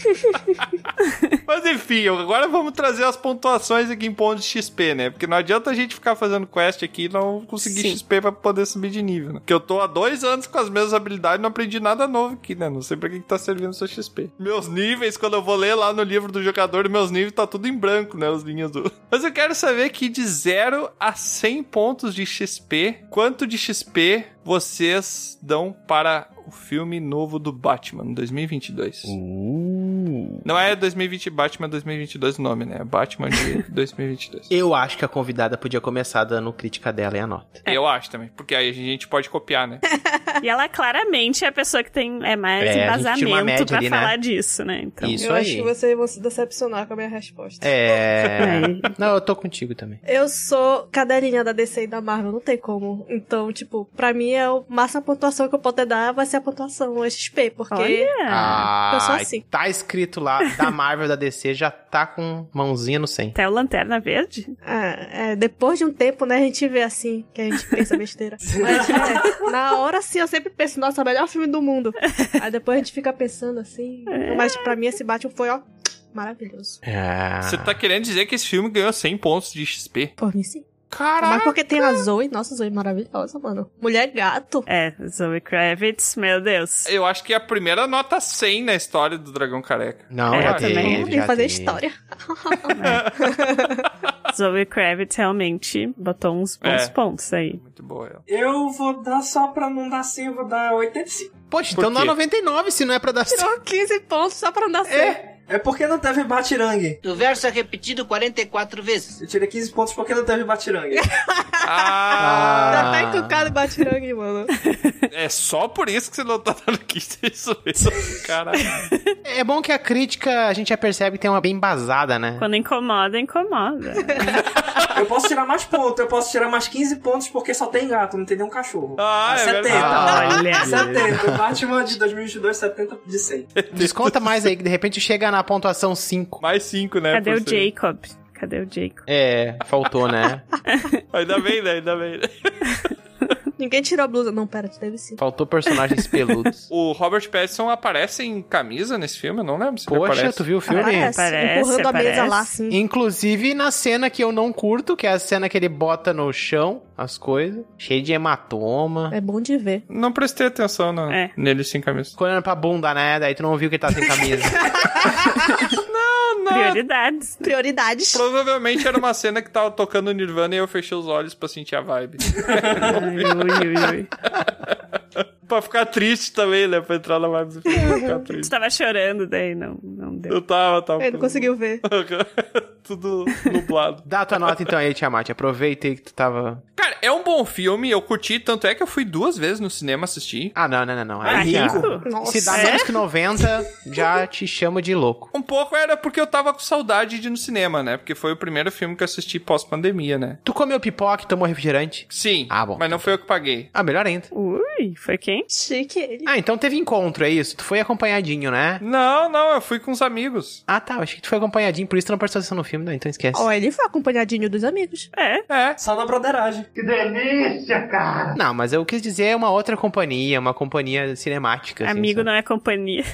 E: Mas enfim, agora vamos trazer as pontuações aqui em pontos de XP, né? Porque não adianta a gente ficar fazendo quest aqui e não conseguir
G: Sim.
E: XP pra poder subir de nível, né? Porque eu tô há dois anos com as mesmas habilidades e não aprendi nada novo aqui, né? Não sei pra que, que tá servindo essa XP. Meus níveis, quando eu vou ler lá no livro do jogador, meus níveis tá tudo em branco, né? As linhas do. Mas eu quero saber que de 0 a 100 pontos de XP, quanto de XP vocês dão para o filme novo do Batman 2022? Não é 2020 Batman, é 2022 o nome, né? É Batman de 2022.
B: Eu acho que a convidada podia começar dando crítica dela e a nota.
E: Eu acho também, porque aí a gente pode copiar, né?
G: E ela claramente é a pessoa que tem é mais
B: É, a gente tira uma
G: embasamento
B: média
G: pra
B: ali, né?
G: falar disso, né? Então,
B: Isso
I: eu
B: aí.
I: acho que vocês vão se decepcionar com a minha resposta.
B: É.
G: Aí.
B: Não, eu tô contigo também.
I: Eu sou cadelinha da DC e da Marvel, não tem como. Então, tipo, pra mim é o máxima pontuação que eu poder dar vai ser a pontuação a XP, porque
B: Ah,
I: eu sou assim.
B: tá escrito lá, da Marvel da DC já tá com mãozinha no
I: Tá.
B: 100.
G: Até o Lanterna Verde?
I: Ah, é, depois de um tempo, né, a gente vê assim, que a gente pensa besteira. Mas, é, na hora sim, eu sempre penso, nossa, melhor filme do mundo. Aí depois a gente fica pensando assim. Mas pra mim esse Batman foi, ó, maravilhoso.
B: Ah,
E: Você tá querendo dizer que esse filme ganhou 100 pontos de XP?
I: Por mim sim.
E: Caraca!
I: Mas porque tem a Zoe, nossa, Zoe é maravilhosa, mano. Mulher gato.
G: É, Zoe Kravitz, meu Deus.
E: Eu acho que é a primeira nota 100 na história do Dragão Careca.
B: Não,
G: É,
B: já
G: também.
B: teve,
G: Vamos
B: já
I: fazer
B: teve.
I: história.
G: Zoe Kravitz realmente botou uns bons
B: É.
G: pontos aí.
E: Muito boa ela.
A: Eu vou dar só pra não dar 100, eu vou dar 85.
B: Poxa, então dá 99 se não é pra dar 100.
I: Tirou 15 pontos só pra não dar 100.
A: É, é porque não teve batirangue.
N: O verso é repetido 44 vezes.
A: Eu tirei 15 pontos porque não teve batirangue.
I: Tá até
E: Ah!
I: encucado e batirangue, mano.
E: É só por isso que você não tá dando 15 isso mesmo. Caralho.
B: É bom que a crítica a gente já percebe que tem uma bem embasada, né?
G: Quando incomoda, incomoda.
A: Eu posso tirar mais pontos, eu posso tirar mais 15 pontos porque só tem gato, não tem nenhum cachorro.
E: Ah,
A: Mas 70.
E: é
B: verdade. Olha.
A: 70. Batman de 2022, 70 de 100.
B: Desconta mais aí, que de repente chega na pontuação 5.
E: Mais 5, né?
G: Cadê o Jacob? Cadê o Jacob?
B: É, faltou, né?
E: Ainda bem, né? Ainda bem, né?
I: Ninguém tirou a blusa. Não, pera, teve sim.
B: Faltou personagens peludos.
E: O Robert Pattinson aparece em camisa nesse filme? Eu não lembro se ele
B: Poxa,
E: aparece.
B: tu viu o filme?
I: Aparece, Aparece, empurrando a mesa aparece. lá, assim.
B: Inclusive na cena que eu não curto, que é a cena que ele bota no chão as coisas, cheio de hematoma.
I: É bom de ver.
E: Não prestei atenção na...
G: É.
E: nele sem camisa.
B: Ficou olhando pra bunda, né? Daí tu não viu que ele tá sem camisa.
E: Ah!
G: Prioridades.
I: Prioridades.
E: Provavelmente era uma cena que tava tocando Nirvana e eu fechei os olhos pra sentir a vibe. pra ficar triste também, né? Pra entrar na vibe do filme, pra ficar
G: Tu
E: triste.
G: tava chorando daí, não, não deu.
E: Eu tava, tava.
I: Ele não conseguiu ver.
E: Tudo nublado.
B: Dá a tua nota então aí, Tiamat. Aproveita aí que tu tava.
E: Cara, é um bom filme, eu curti, tanto é que eu fui duas vezes no cinema assistir.
B: Ah, não, não, não, não.
E: Ah,
B: Aí, já-
E: rico?
B: Se dá
E: Nossa.
B: menos que 90, já te chama de louco.
E: Um pouco era porque eu tava com saudade de ir no cinema, né? Porque foi o primeiro filme que eu assisti pós-pandemia, né?
B: Tu comeu pipoca e tomou refrigerante?
E: Sim.
B: Ah, bom.
E: Mas não foi eu que paguei.
B: Ah, melhor ainda.
G: Ui, foi quem?
I: Chique ele.
B: Ah, então teve encontro, é isso? Tu foi acompanhadinho, né?
E: Não, não, eu fui com os amigos.
B: Ah, tá. Eu achei que tu foi acompanhadinho, por isso tu não prestou atenção no filme, não, então esquece.
I: Ó, ele foi acompanhadinho dos amigos.
G: É.
E: É.
A: Só na broderagem.
N: Que delícia, cara!
B: Não, mas eu quis dizer uma outra companhia, uma companhia cinemática. assim,
G: Amigo
B: sabe?
G: não é companhia.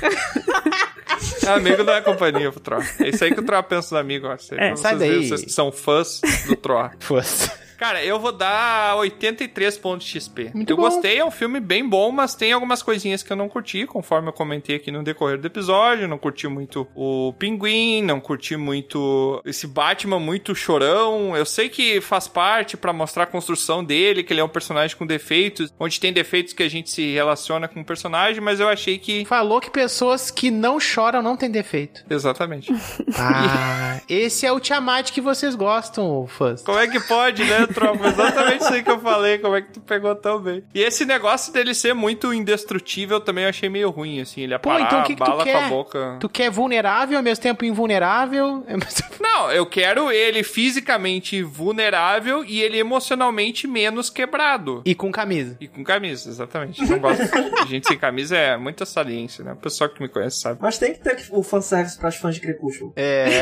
E: Amigo não é companhia pro Troá. É isso aí que o Troá pensa no amigo, ó. Pra vocês
B: É, sai daí.
E: verem, Vocês que são fãs do Troá.
B: Fãs.
E: Cara, eu vou dar 83 pontos de XP.
B: Muito
E: eu
B: bom.
E: gostei, é um filme bem bom, mas tem algumas coisinhas que eu não curti, conforme eu comentei aqui no decorrer do episódio. Não curti muito o Pinguim, não curti muito esse Batman muito chorão. Eu sei que faz parte pra mostrar a construção dele, que ele é um personagem com defeitos, onde tem defeitos que a gente se relaciona com o personagem, mas eu achei que.
B: Falou que pessoas que não choram não têm defeito.
E: Exatamente.
B: Ah, esse é o Tiamat que vocês gostam, fãs.
E: Como é que pode, né, tropa? Exatamente isso aí que eu falei, como é que tu pegou tão bem. E esse negócio dele ser muito indestrutível também eu achei meio ruim, assim. Ele
B: Pô,
E: aparar
B: então o que, que
E: a bala
B: tu
E: com a
B: quer?
E: boca.
B: Tu quer vulnerável, ao mesmo tempo invulnerável? Ao mesmo tempo-
E: Não, eu quero ele fisicamente vulnerável e ele emocionalmente menos quebrado.
B: E com camisa.
E: E com camisa, exatamente. Não gosto. Gente sem camisa é muita saliência, né? O pessoal que me conhece sabe. É.
A: Mas tem que ter o fanservice pras fãs de Crepúsculo.
B: É.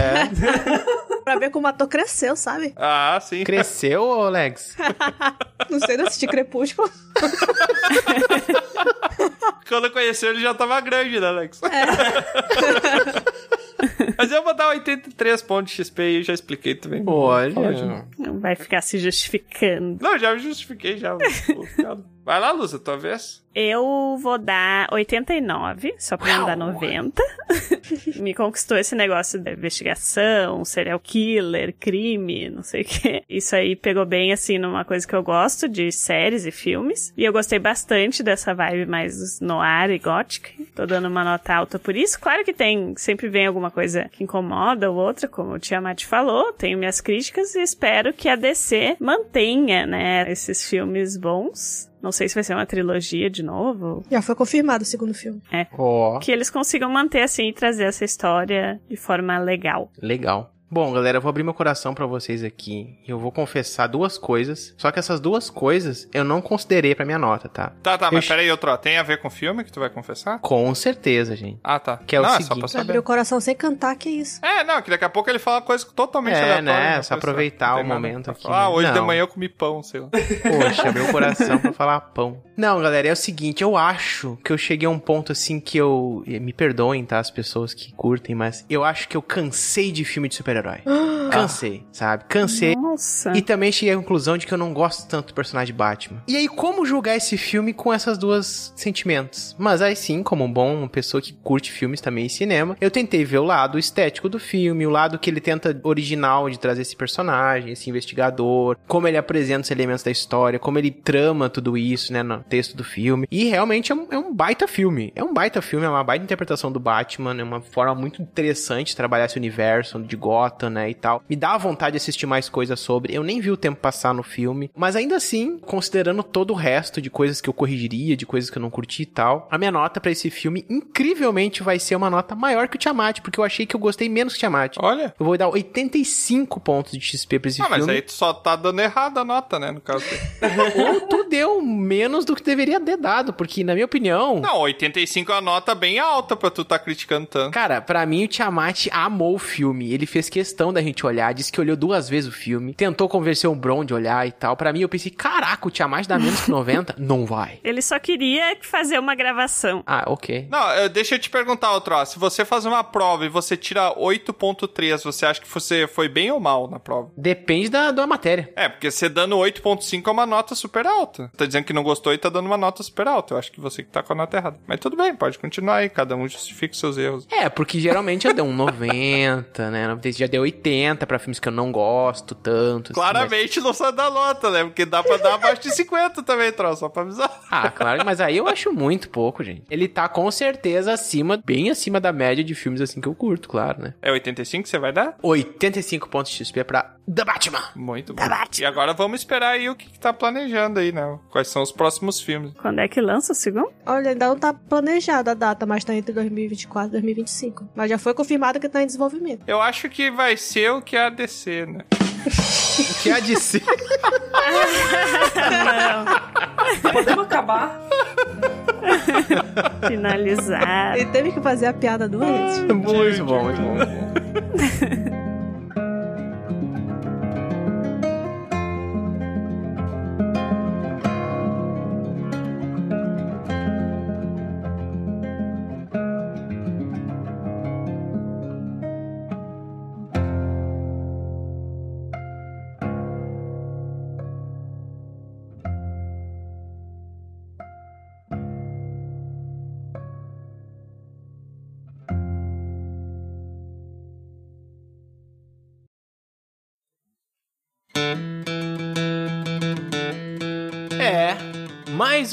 I: pra ver como o ator cresceu, sabe?
E: Ah, sim.
B: Cresceu, ô, Lex?
I: Não sei de assistir Crepúsculo.
E: Quando conheceu, ele já tava grande, né, Alex? Mas eu vou dar 83 pontos de XP e eu já expliquei também.
B: Olha.
G: Não vai ficar se justificando.
E: Não, já justifiquei, já. vou ficar- Vai lá, Luz, a tua vez.
G: Eu vou dar 89, só pra não dar 90. Me conquistou esse negócio da investigação, um serial killer, crime, não sei o quê. Isso aí pegou bem, assim, numa coisa que eu gosto de séries e filmes. E eu gostei bastante dessa vibe mais noir e gótica. Tô dando uma nota alta por isso. Claro que tem, sempre vem alguma coisa que incomoda ou outra, como o Tiamat falou. Tenho minhas críticas e espero que a DC mantenha, né, esses filmes bons. Não sei se vai ser uma trilogia de novo.
I: Já foi confirmado o segundo filme.
G: É.
B: Ó.
G: Que eles consigam manter assim e trazer essa história de forma legal.
B: Legal. Bom, galera, eu vou abrir meu coração pra vocês aqui. E eu vou confessar duas coisas. Só que essas duas coisas eu não considerei pra minha nota, tá?
E: Tá, tá, mas
B: Eu-
E: peraí, outro. ó, Tem a ver com o filme que tu vai confessar?
B: Com certeza, gente.
E: Ah, tá.
B: Que é o
E: Não, é só
B: seguinte.
E: pra
I: Abriu o coração sem cantar, que isso.
E: É, não, que daqui a pouco ele fala coisa totalmente
B: É,
E: aleatória.
B: né?
E: pra
B: Só
E: pessoa.
B: aproveitar
E: Não tem
B: o
E: nada
B: momento
E: pra
B: aqui,
E: falar. Ah,
B: né?
E: hoje de
B: Não.
E: manhã eu comi pão, sei lá.
B: Poxa, meu coração pra falar pão. Não, galera, é o seguinte, eu acho que eu cheguei a um ponto assim que eu. Me perdoem, tá? As pessoas que curtem, mas eu acho que eu cansei de filme de super-herói. Cansei, sabe? Cansei.
G: Nossa.
B: E também cheguei à conclusão de que eu não gosto tanto do personagem Batman. E aí, como julgar esse filme com essas duas sentimentos? Mas aí sim, como um bom uma pessoa que curte filmes também e cinema, eu tentei ver o lado estético do filme, o lado que ele tenta original de trazer esse personagem, esse investigador, como ele apresenta os elementos da história, como ele trama tudo isso, né, no texto do filme. E realmente é um, é um baita filme. É um baita filme, é uma baita interpretação do Batman, é uma forma muito interessante de trabalhar esse universo de Gotham, né, e tal. Me dá vontade de assistir mais coisas sobre. Eu nem vi o tempo passar no filme, mas ainda assim, considerando todo o resto de coisas que eu corrigiria, de coisas que eu não curti e tal, a minha nota pra esse filme incrivelmente vai ser uma nota maior que o Tiamat, porque eu achei que eu gostei menos que o Tiamat.
E: Olha,
B: eu vou dar 85 pontos de XP pra esse
E: Ah,
B: filme.
E: mas aí tu só tá dando errado a nota, né? No caso.
B: Ou tu deu menos do que deveria ter dado, porque na minha opinião,
E: Não, 85 é uma nota bem alta pra tu tá criticando tanto.
B: Cara, pra mim o Tiamat amou o filme. Ele fez questão da gente olhar, disse que olhou duas vezes o filme, tentou convencer o Bron de olhar e tal. Pra mim eu pensei, caraca, o Tiamat dá menos que 90? Não vai.
G: Ele só queria fazer uma gravação.
B: Ah, ok.
E: Não, eu- deixa eu te perguntar outro. ó. Se você faz uma prova e você tira 8.3, você acha que você foi bem ou mal na prova?
B: Depende da, da matéria.
E: É, porque você dando 8.5 é uma nota super alta. Tá dizendo que não gostou e tá dando uma nota super alta. Eu acho que você que tá com a nota errada. Mas tudo bem, pode continuar aí. Cada um justifica os seus erros.
B: É, porque geralmente já deu um 90, né? Já deu 80 pra filmes que eu não gosto tanto. assim,
E: Claramente não sai da nota, né? Porque dá pra dar abaixo de 50 também, troço, só pra avisar.
B: Ah, claro, mas aí eu acho muito pouco, gente. Ele tá com certeza acima, bem acima da média de filmes assim que eu curto, claro, né?
E: É 85 que você vai dar?
B: 85 pontos de XP pra The Batman.
E: Muito bom. E agora vamos esperar aí o que, que tá planejando aí, né? Quais são os próximos filmes.
G: Quando é que lança o segundo?
I: Olha, ainda não tá planejada a data, mas tá entre 2024 e 2025. Mas já foi confirmado que tá em desenvolvimento.
E: Eu acho que vai ser o que é a DC, né?
B: O que é a DC?
G: Podemos acabar? Finalizar.
I: Ele teve que fazer a piada duas vezes.
B: Muito bom, muito bom. É, mais